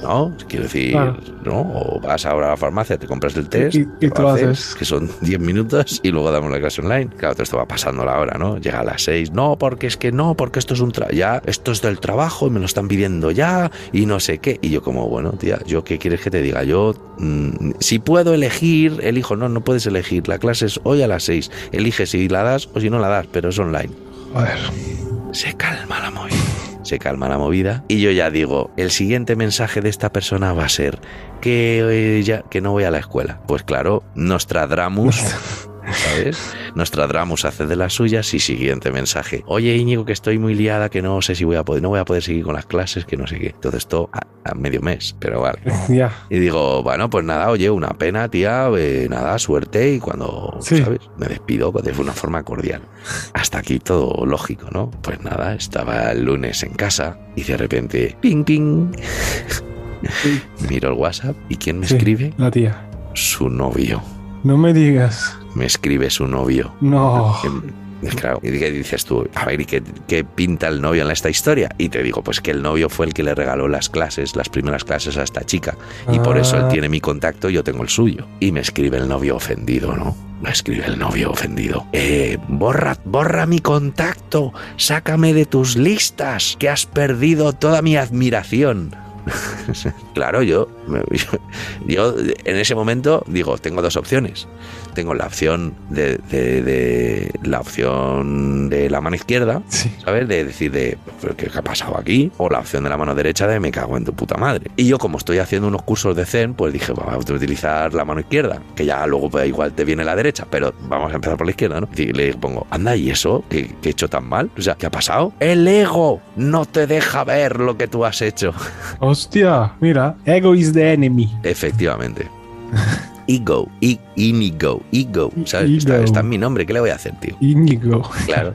B: ¿No? Quiero decir,
D: Claro.
B: ¿no? O vas ahora a la farmacia, te compras el test,
D: Y- y te lo haces.
B: que son 10 minutos y luego damos la clase online. Claro, todo esto va pasando la hora, ¿no? Llega a las 6. No, porque es que no, porque esto es un tra ya, esto es del trabajo y me lo están pidiendo ya y no sé qué. Y yo como, bueno, tía, yo qué quieres que te diga? Yo mm, si puedo elegir, elijo, no, no puedes elegir. La clase es hoy a las 6. Elige si la das o si no la das, pero es online.
D: Joder.
B: Se calma la movida. Se calma la movida. Y yo ya digo, el siguiente mensaje de esta persona va a ser que, eh, ya, que no voy a la escuela. Pues claro, Nostradamus. ¿Sabes? Nostradamus hace de las suyas y siguiente mensaje. Oye, Íñigo, que estoy muy liada, que no sé si voy a poder, no voy a poder seguir con las clases, que no sé qué. Todo esto a, a medio mes, pero vale.
D: Ya.
B: Y digo, bueno, pues nada, oye, una pena, tía, eh, nada, suerte. Y cuando,
D: Sí.
B: ¿sabes? Me despido de una forma cordial. Hasta aquí todo lógico, ¿no? Pues nada, estaba el lunes en casa y de repente, ping, ping. Miro el WhatsApp y ¿quién me
D: Sí,
B: escribe?
D: La tía.
B: Su novio.
D: No me digas.
B: Me escribe su novio.
D: No.
A: Oh.
B: Em, Claro, y qué dices tú, a ver, ¿y qué, qué pinta el novio en esta historia? Y te digo, pues que el novio fue el que le regaló las clases, las primeras clases a esta chica. Y por eso él
D: Ah.
B: tiene mi contacto y yo tengo el suyo. Y me escribe el novio ofendido, ¿no? Me escribe el novio ofendido. Eh, borra, borra mi contacto, sácame de tus listas, que has perdido toda mi admiración. claro, yo, me- yo, yo en ese momento digo, tengo dos opciones. Tengo la opción de, de- de- la opción de la mano izquierda,
D: Sí.
B: ¿sabes? De decir de "¿Pero ¿qué, qué ha pasado aquí? O la opción de la mano derecha de me cago en tu puta madre. Y yo, como estoy haciendo unos cursos de Zen, pues dije, vamos a utilizar la mano izquierda, que ya luego pues, igual te viene la derecha, pero vamos a empezar por la izquierda, ¿no? Y le pongo, anda, ¿y eso? ¿Qué, qué he hecho tan mal? O sea, ¿qué ha pasado? El ego no te deja ver lo que tú has hecho.
D: Hostia, mira.
A: Ego is the enemy.
B: Efectivamente. Ego, I- Inigo, Ego, ¿sabes? Está,
D: Ego.
B: está en mi nombre, ¿qué le voy a hacer, tío?
D: Íñigo.
B: Claro.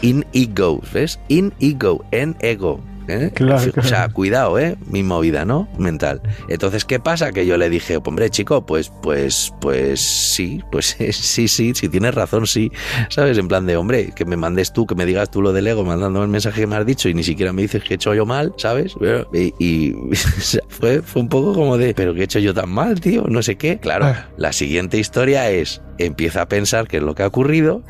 B: In ego, ¿ves? In ego, en ego. ¿eh?
D: Claro,
B: O sea,
D: claro.
B: cuidado, ¿eh? Mi movida, ¿no? Mental. Entonces, ¿qué pasa? Que yo le dije, hombre, chico, pues, pues, pues sí, pues sí, sí, sí, tienes razón, sí. ¿Sabes? En plan de, hombre, que me mandes tú, que me digas tú lo del ego, mandándome el mensaje que me has dicho y ni siquiera me dices que he hecho yo mal, ¿sabes? Pero- Y, y- o sea, fue, fue un poco como de, pero que he hecho yo tan mal, tío, no sé qué. Claro,
D: Ah.
B: la siguiente historia es, empieza a pensar qué es lo que ha ocurrido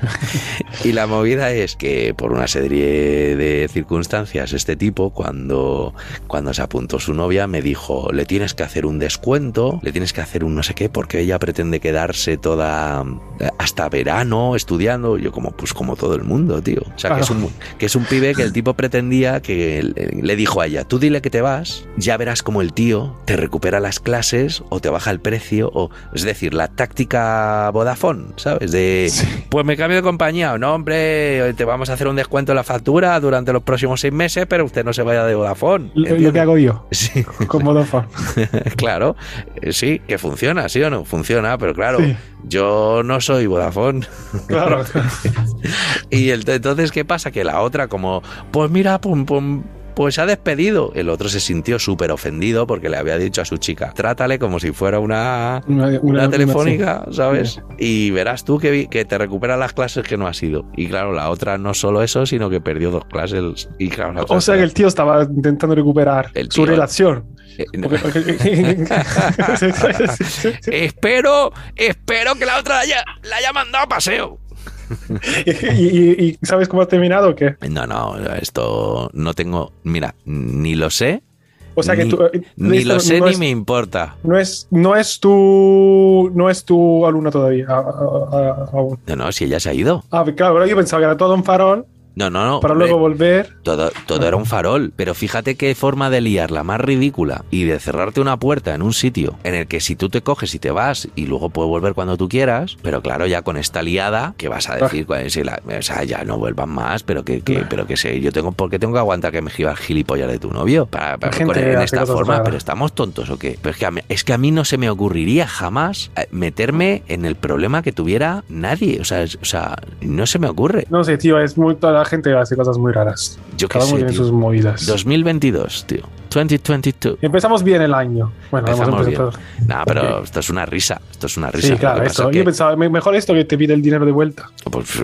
B: y la movida es que por una serie de circunstancias, este tipo, cuando, cuando se apuntó su novia, me dijo, le tienes que hacer un descuento, le tienes que hacer un no sé qué, porque ella pretende quedarse toda eh, hasta verano estudiando. Yo como, pues como todo el mundo, tío. O sea, que,
D: Claro.
B: es un, que es un pibe que el tipo pretendía que le, le dijo a ella, tú dile que te vas, ya verás como el tío te recupera las clases o te baja el precio, o es decir, la táctica Vodafone, ¿sabes? De... Pues me cambio de compañía. No, hombre, te vamos a hacer un descuento en la factura durante los próximos seis meses, pero usted no se vaya de Vodafone.
D: Lo, lo
B: ¿entiendes?
D: que hago yo.
B: Sí,
D: Con Vodafone.
B: claro. Eh, Sí, que funciona, ¿sí o no? Funciona, pero claro,
D: Sí.
B: yo no soy Vodafone.
D: Claro.
B: Y el- entonces, ¿qué pasa? Que la otra, como, pues mira, pum, pum. Pues se ha despedido. El otro se sintió súper ofendido porque le había dicho a su chica, trátale como si fuera una,
D: Una, una-
B: una,
D: una-
B: telefónica, ¿sabes? Y verás tú que, vi- que te recupera las clases que no has ido. Y claro, la otra no solo eso, sino que perdió dos clases. Y claro, la otra
D: O sea que el
B: se-
D: tío estaba intentando recuperar
B: El
D: su
B: tío-
D: relación.
B: eh, no.
D: Porque- porque-
B: Espero, espero que la otra la haya, la haya mandado a paseo.
D: ¿Y, y- y sabes cómo ha terminado o qué?
B: No, no, esto no tengo, mira, ni lo sé,
A: O sea que
B: Ni-
A: tú, eh,
B: Ni
A: esto
B: lo sé
A: no
B: ni
A: es-
B: me importa.
A: No es, no es tu. No es tu alumno todavía. a- a- a- aún.
B: No, no, si ella se ha ido.
A: Ah, claro, pero yo pensaba que era todo un farol
B: No, no, no.
A: para
B: hombre,
A: luego volver.
B: Todo, todo era un farol, pero fíjate qué forma de liarla más ridícula y de cerrarte una puerta en un sitio en el que si tú te coges y te vas y luego puedes volver cuando tú quieras, pero claro, ya con esta liada, ¿qué vas a
A: Ah.
B: decir? Cuál- si la- o sea, ya no vuelvan más, pero que, que- pero que sé, yo tengo, ¿por qué tengo que aguantar que me giras gilipollas de tu novio? Para, para-
A: Hay gente
B: con-
A: que
B: en
A: hace
B: esta
A: cosas
B: forma,
A: raras.
B: pero estamos tontos o qué? Pero es, que a mí, es que a mí no se me ocurriría jamás eh, meterme en el problema que tuviera nadie, o sea, es- o sea no se me ocurre.
A: No sé, tío, es muy. Toda la gente hace cosas muy raras.
B: Yo qué
A: Cada uno
B: sé,
A: tiene
B: tío.
A: sus movidas.
B: 2022, tío. 2022.
A: Empezamos bien el año. Bueno, vamos a
B: Empezamos bien.
A: empezar.
B: Nah, pero esto es una risa. Esto es una risa.
A: Sí,
B: Lo
A: claro,
B: que pasa
A: eso.
B: es que-
A: Yo pensaba, me- mejor esto que te pide el dinero de vuelta.
B: pues,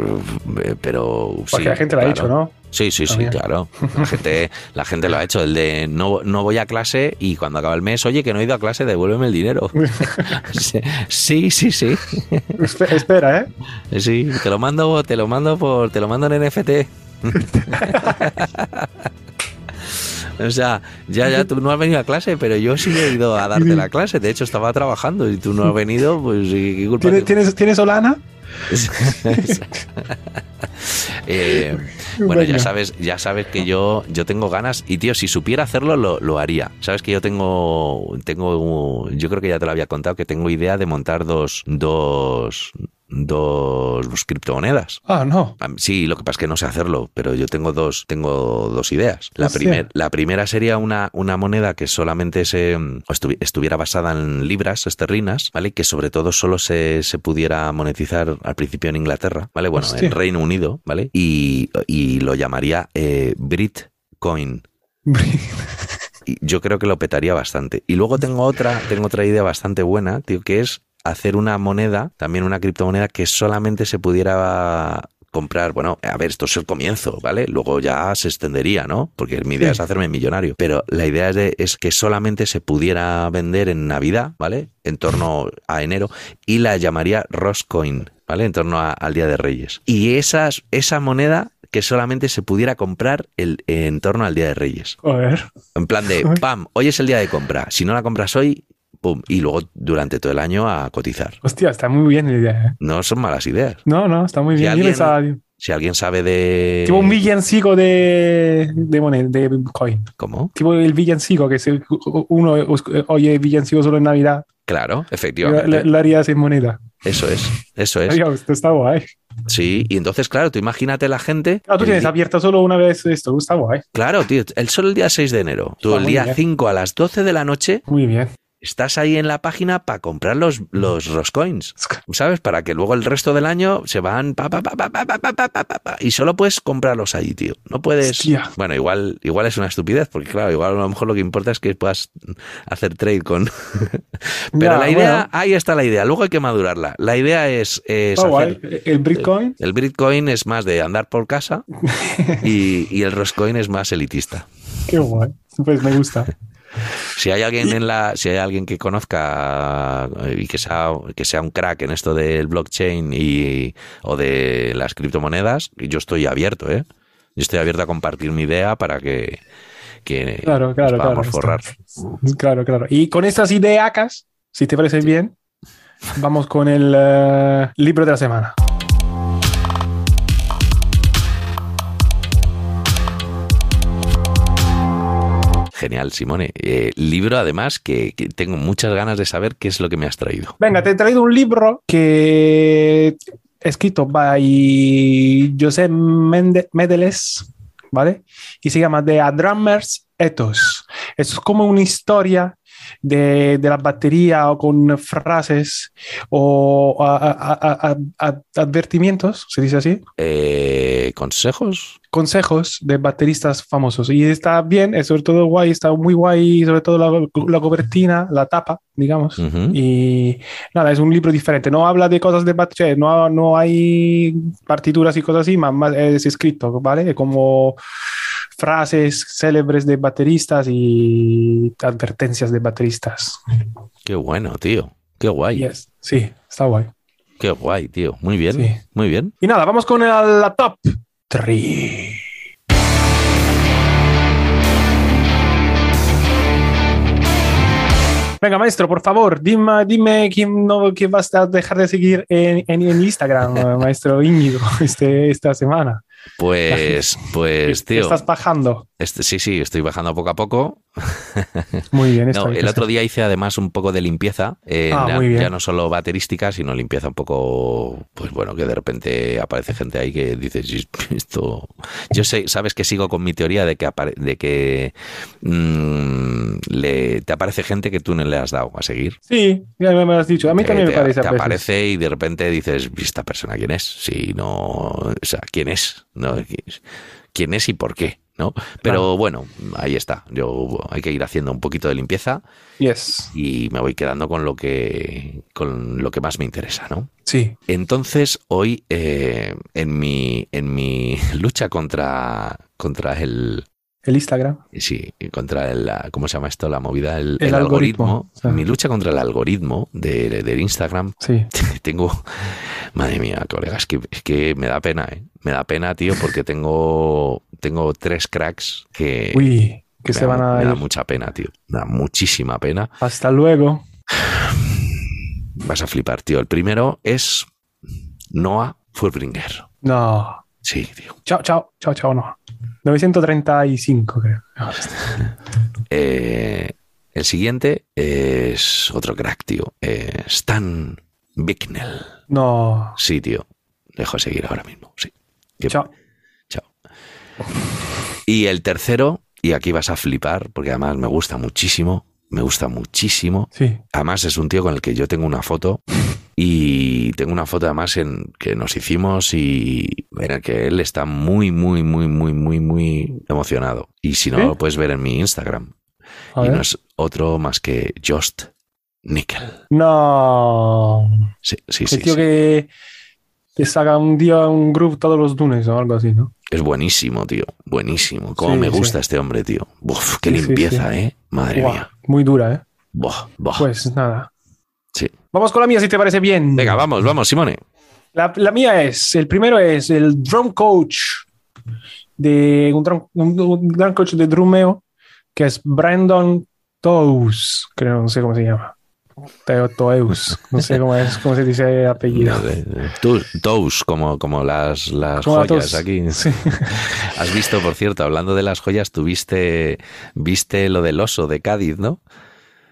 B: eh, pero. sí,
A: Porque la gente lo ha
B: claro.
A: hecho, ¿no?
B: Sí, sí, sí,
A: También.
B: claro. La gente, la gente lo ha hecho. El de no, no voy a clase y cuando acaba el mes, oye, que no he ido a clase, devuélveme el dinero. sí, sí, sí.
A: Espe- espera, ¿eh?
B: Sí, te lo mando, te lo mando por, te lo mando en NFT. O sea, ya, ya, tú no has venido a clase, pero yo sí he ido a darte la clase. De hecho, estaba trabajando y tú no has venido, pues ¿y qué culpa
A: ¿Tienes,
B: tengo?
A: tienes, tienes Solana?
B: Eh, bueno, ya
A: Venga.
B: sabes, ya sabes que yo, yo tengo ganas y tío, si supiera hacerlo, lo, lo haría. Sabes que yo tengo, tengo, yo creo que ya te lo había contado, que tengo idea de montar dos, dos, dos criptomonedas.
A: Ah, no.
B: Am- Sí, lo que pasa es que no sé hacerlo, pero yo tengo dos, tengo dos ideas. La,
A: Hostia.
B: primer- la primera sería una, una moneda que solamente se mm, estuvi- estuviera basada en libras esterlinas, ¿vale? Que sobre todo solo se, se pudiera monetizar al principio en Inglaterra, ¿vale? Bueno,
A: Hostia.
B: en Reino Unido, ¿vale? Y, y lo llamaría eh, Britcoin. Y yo creo que lo petaría bastante. Y luego tengo otra, tengo otra idea bastante buena, tío, que es hacer una moneda, también una criptomoneda que solamente se pudiera comprar, bueno, a ver, esto es el comienzo, ¿vale? Luego ya se extendería, ¿no? Porque mi idea
A: Sí.
B: es hacerme millonario, pero la idea es, de- es que solamente se pudiera vender en Navidad, ¿vale? En torno a enero y la llamaría Roscoin, ¿vale? En torno a- al Día de Reyes. Y esas, esa moneda que solamente se pudiera comprar el, en torno al Día de Reyes.
A: Joder.
B: En plan de, pam, hoy es el día de compra. Si no la compras hoy, pum. Y luego durante todo el año a cotizar.
A: Hostia, está muy bien la idea, ¿eh?
B: No son malas ideas.
A: No, no, está muy
B: Si
A: bien. Yo
B: alguien-
A: pensaba, tío,
B: Si alguien sabe de.
A: tipo un villancico de, de moneda, de coin.
B: ¿Cómo?
A: Tipo el villancico, que se, uno oye villancico solo en Navidad.
B: Claro, efectivamente.
A: Lo lo haría sin moneda.
B: Eso es. Eso es.
A: Adiós, esto está guay.
B: Sí. Y entonces, claro, tú imagínate la gente.
A: Ah, tú
B: el
A: tienes
B: di-
A: abierto solo una vez esto, está guay.
B: Claro, tío. El solo el día 6 de enero. Tú
A: Está
B: el
A: muy
B: día
A: bien.
B: 5 a las 12 de la noche
A: Muy bien.
B: estás ahí en la página para comprar los, los Roscoins. ¿Sabes? Para que luego el resto del año se van pa, pa, pa, pa, pa, pa, pa, pa, pa, pa, pa, y solo puedes comprarlos ahí, tío. No puedes.
A: Hostia.
B: Bueno, igual, igual es una estupidez, porque claro, igual a lo mejor lo que importa es que puedas hacer trade con. Pero
A: Ya,
B: la idea,
A: bueno,
B: ahí está la idea. Luego hay que madurarla. La idea es, es
A: está guay.
B: hacer-
A: E-, El Bitcoin.
B: el Bitcoin es más de andar por casa y, y el Roscoin es más elitista.
A: Qué guay. Pues me gusta.
B: Si hay alguien en la, si hay alguien que conozca eh, y que sea, que sea un crack en esto del blockchain y o de las criptomonedas, yo estoy abierto, ¿eh? Yo estoy abierto a compartir mi idea para que, que
A: Claro, claro,
B: nos
A: claro.
B: podamos forrar.
A: Claro, claro. Y con estas ideacas, si te parece bien, vamos con el eh, libro de la semana.
B: Genial, Simone. Eh, libro, además, que, que tengo muchas ganas de saber qué es lo que me has traído.
A: Venga, te he traído un libro que escrito by José Mende- Medeles, ¿vale? Y se llama The A Drummer's Ethos. Es como una historia de, de la batería o con frases o a- a- a- a- a- advertimientos, se dice así,
B: Eh, ¿Consejos?
A: consejos de bateristas famosos. Y está bien, es sobre todo guay, está muy guay, sobre todo la, la cobertina, la tapa, digamos.
B: Ujú.
A: Y nada, es un libro diferente. No habla de cosas de batería, no, no hay partituras y cosas así, más, más es escrito, ¿vale? Como frases célebres de bateristas y advertencias de bateristas.
B: Qué bueno, tío. Qué guay.
A: Yes. Sí, está guay.
B: Qué guay, tío. Muy bien.
A: Sí.
B: Muy bien.
A: Y nada, vamos con la, la top 3. Venga, maestro, por favor, dime, dime quién, no, quién vas a dejar de seguir en, en- en Instagram, maestro Íñigo, este, esta semana.
B: Pues, pues, tío,
A: Estás bajando.
B: este- sí, sí, estoy bajando poco a poco.
A: Muy bien, esto
B: No,
A: hay que
B: el otro
A: hacer.
B: día hice además un poco de limpieza, eh,
A: Ah,
B: na-
A: muy bien.
B: ya no solo baterística, sino limpieza un poco, pues bueno, que de repente aparece gente ahí que dice, "Sí, esto... Yo sé, sabes que sigo con mi teoría de que, apare- de que mm, le, te aparece gente que tú no le has dado a seguir.
A: Sí, ya me lo has dicho. A mí
B: Que
A: también
B: Eh, te-
A: me parece.
B: te
A: a veces.
B: aparece y de repente dices, "¿Y ¿esta persona quién es? Si no, o sea, ¿quién es? ¿No? ¿Quién es y por qué? ¿No? Pero
A: Claro.
B: bueno, ahí está. Yo hay que ir haciendo un poquito de limpieza
A: Yes.
B: y me voy quedando con lo que con lo que más me interesa, ¿no?
A: Sí.
B: Entonces, hoy eh, en mi en mi lucha contra contra el
A: El Instagram.
B: sí, contra el la- ¿cómo se llama esto? la movida, el,
A: El
B: el algoritmo,
A: algoritmo, sí.
B: mi lucha contra el algoritmo de, de- del Instagram,
A: Sí.
B: tengo madre mía, colegas, es que, es que me da pena, eh. Me da pena, tío, porque tengo tengo tres cracks que
A: Uy, que
B: me
A: se
B: da-
A: van a
B: me da
A: ir.
B: mucha pena, tío. Me da muchísima pena.
A: Hasta luego.
B: Vas a flipar, tío. El primero es Noah Furbringer.
A: No.
B: Sí, tío.
A: Chao, chao, chao, chao, no. 935, creo.
B: Eh, el siguiente es otro crack, tío. Eh, Stan Bicknell.
A: No.
B: Sí, tío. Dejo de seguir ahora mismo. Sí. Que-
A: Chao.
B: Chao. Y el tercero, y aquí vas a flipar, porque además me gusta muchísimo. Me gusta muchísimo.
A: Sí.
B: Además es un tío con el que yo tengo una foto y tengo una foto además en que nos hicimos y en el que él está muy, muy, muy, muy, muy, muy emocionado. Y si no,
A: ¿Sí?
B: lo puedes ver en mi Instagram.
A: A
B: Y
A: ver.
B: no es otro más que Just Nickel.
A: No.
B: Sí, sí,
A: El
B: sí.
A: tío
B: sí.
A: que, que saca un día un grupo todos los lunes o algo así, ¿no?
B: Es buenísimo, tío. Buenísimo. Cómo
A: Sí,
B: me
A: sí.
B: gusta este hombre, tío. Buf, qué
A: Sí, sí,
B: limpieza, ¿eh? Madre
A: Guau,
B: mía.
A: muy dura, ¿eh?
B: Buah, buah.
A: Pues nada.
B: Sí.
A: Vamos con la mía si te parece bien.
B: Venga, vamos, vamos, Simone.
A: La, la mía es, el primero es el drum coach de un drum, un- un drum coach de drumeo que es Brandon Toews, creo, no sé cómo se llama. Teo Toews, no sé cómo es, cómo se dice el apellido.
B: Eh, Tú, tous, como, como las, las
A: Como la
B: joyas
A: tos.
B: aquí.
A: Sí.
B: Has visto, por cierto, hablando de las joyas, tuviste viste lo del oso de Cádiz, ¿no?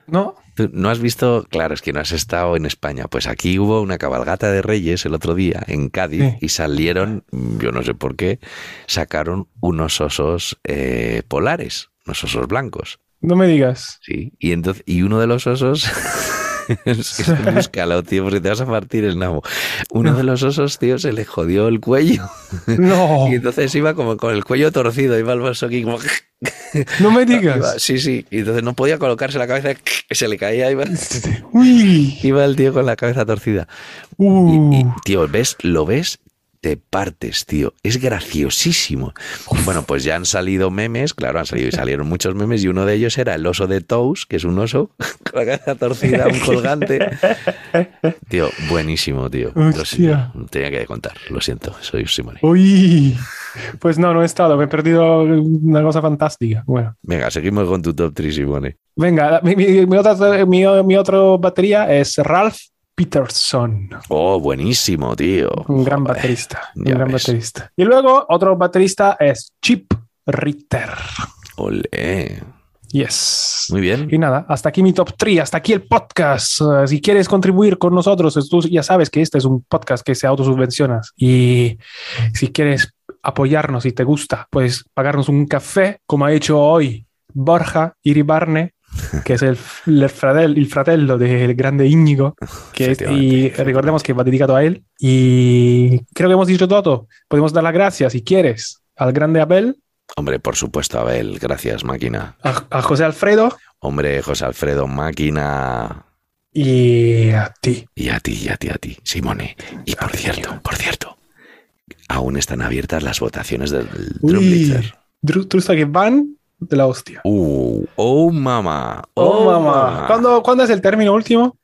A: No,
B: ¿Tú no has visto? Claro, es que no has estado en España. Pues aquí hubo una cabalgata de reyes el otro día en Cádiz
A: Sí.
B: y salieron, yo no sé por qué, sacaron unos osos eh, polares, unos osos blancos.
A: no me digas.
B: Sí. Y entonces, y uno de los osos. es que se búscalo, tío, porque te vas a partir el nabo. Uno de los osos, tío, se le jodió el cuello.
A: No,
B: Y entonces iba como con el cuello torcido, iba el oso aquí como.
A: no me
B: Iba-
A: digas.
B: sí, sí. Y entonces no podía colocarse la cabeza, se le caía, iba,
A: Uy,
B: iba el tío con la cabeza torcida. Y, y,
A: uh,
B: tío, ¿ves? ¿Lo ves? Te partes, tío. Es graciosísimo. Bueno, pues ya han salido memes, claro, han salido y salieron muchos memes, y uno de ellos era el oso de Tous, que es un oso con la cabeza torcida, un colgante. Tío, buenísimo, tío. Lo
A: Hostia.
B: siento. tenía que contar, lo siento, soy Simone.
A: uy. Pues no, no he estado, me he perdido una cosa fantástica. Bueno.
B: Venga, seguimos con tu top 3, Simone.
A: Venga, mi, mi, mi otra, mi, mi otro batería es Ralph Peterson,
B: Oh, buenísimo, tío.
A: un gran
B: Joder.
A: baterista, un
B: ya
A: gran
B: ves.
A: baterista. Y luego otro baterista es Chip Ritter.
B: Olé.
A: Yes.
B: Muy bien.
A: Y nada, hasta aquí mi top 3, hasta aquí el podcast. Uh, si quieres contribuir con nosotros, tú ya sabes que este es un podcast que se autosubvenciona. Y si quieres apoyarnos y te gusta, puedes pagarnos un café, como ha hecho hoy Borja Iribarne, que es el, el, fratel- el fratello del grande Íñigo. Que es- y
B: Efectivamente,
A: recordemos que va dedicado a él. Y creo que hemos dicho todo. Podemos dar las gracias, si quieres, al grande Abel,
B: Hombre, por supuesto, Abel. Gracias, máquina.
A: a- a José Alfredo
B: Hombre, José Alfredo, máquina.
A: y a ti.
B: Y a ti, y a ti, a ti, Simone. Y por cierto, por cierto, aún están abiertas las votaciones del Drum Blitzer.
A: Dru- Trusta que van de la hostia.
B: Uh, oh mamá.
A: Oh, mamá. ¿Cuándo, cuándo es el término último?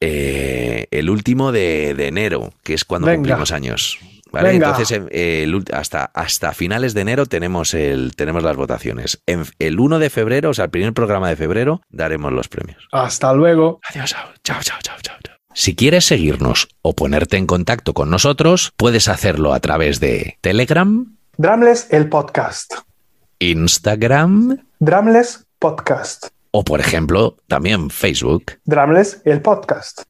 B: Eh, el último de, de enero, que es cuando
A: Venga.
B: cumplimos años. ¿vale?
D: Venga.
B: Entonces, em, eh, el ult- hasta, hasta finales de enero tenemos, el, tenemos las votaciones. En- el 1 de febrero, o sea, el primer programa de febrero, daremos los premios.
D: Hasta luego.
B: Adiós, chao, chao, chao, chao, chao. chao. Si quieres seguirnos o ponerte en contacto con nosotros, puedes hacerlo a través de Telegram,
D: Drumless el podcast.
B: Instagram
D: Drumless podcast.
B: o, por ejemplo, también Facebook.
D: Drumless el podcast.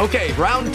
E: Okay, round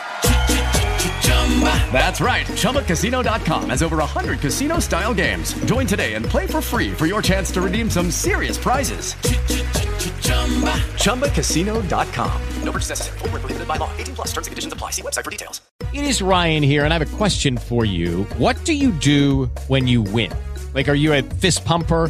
E: That's right. ChumbaCasino.com has over 100 casino style games. Join today and play for free for your chance to redeem some serious prizes. ChumbaCasino.com. No purchase necessary. Void where prohibited by law. 18 plus terms and conditions apply. See website for details.
F: It is Ryan here, and I have a question for you. What do you do when you win? Like, are you a fist pumper?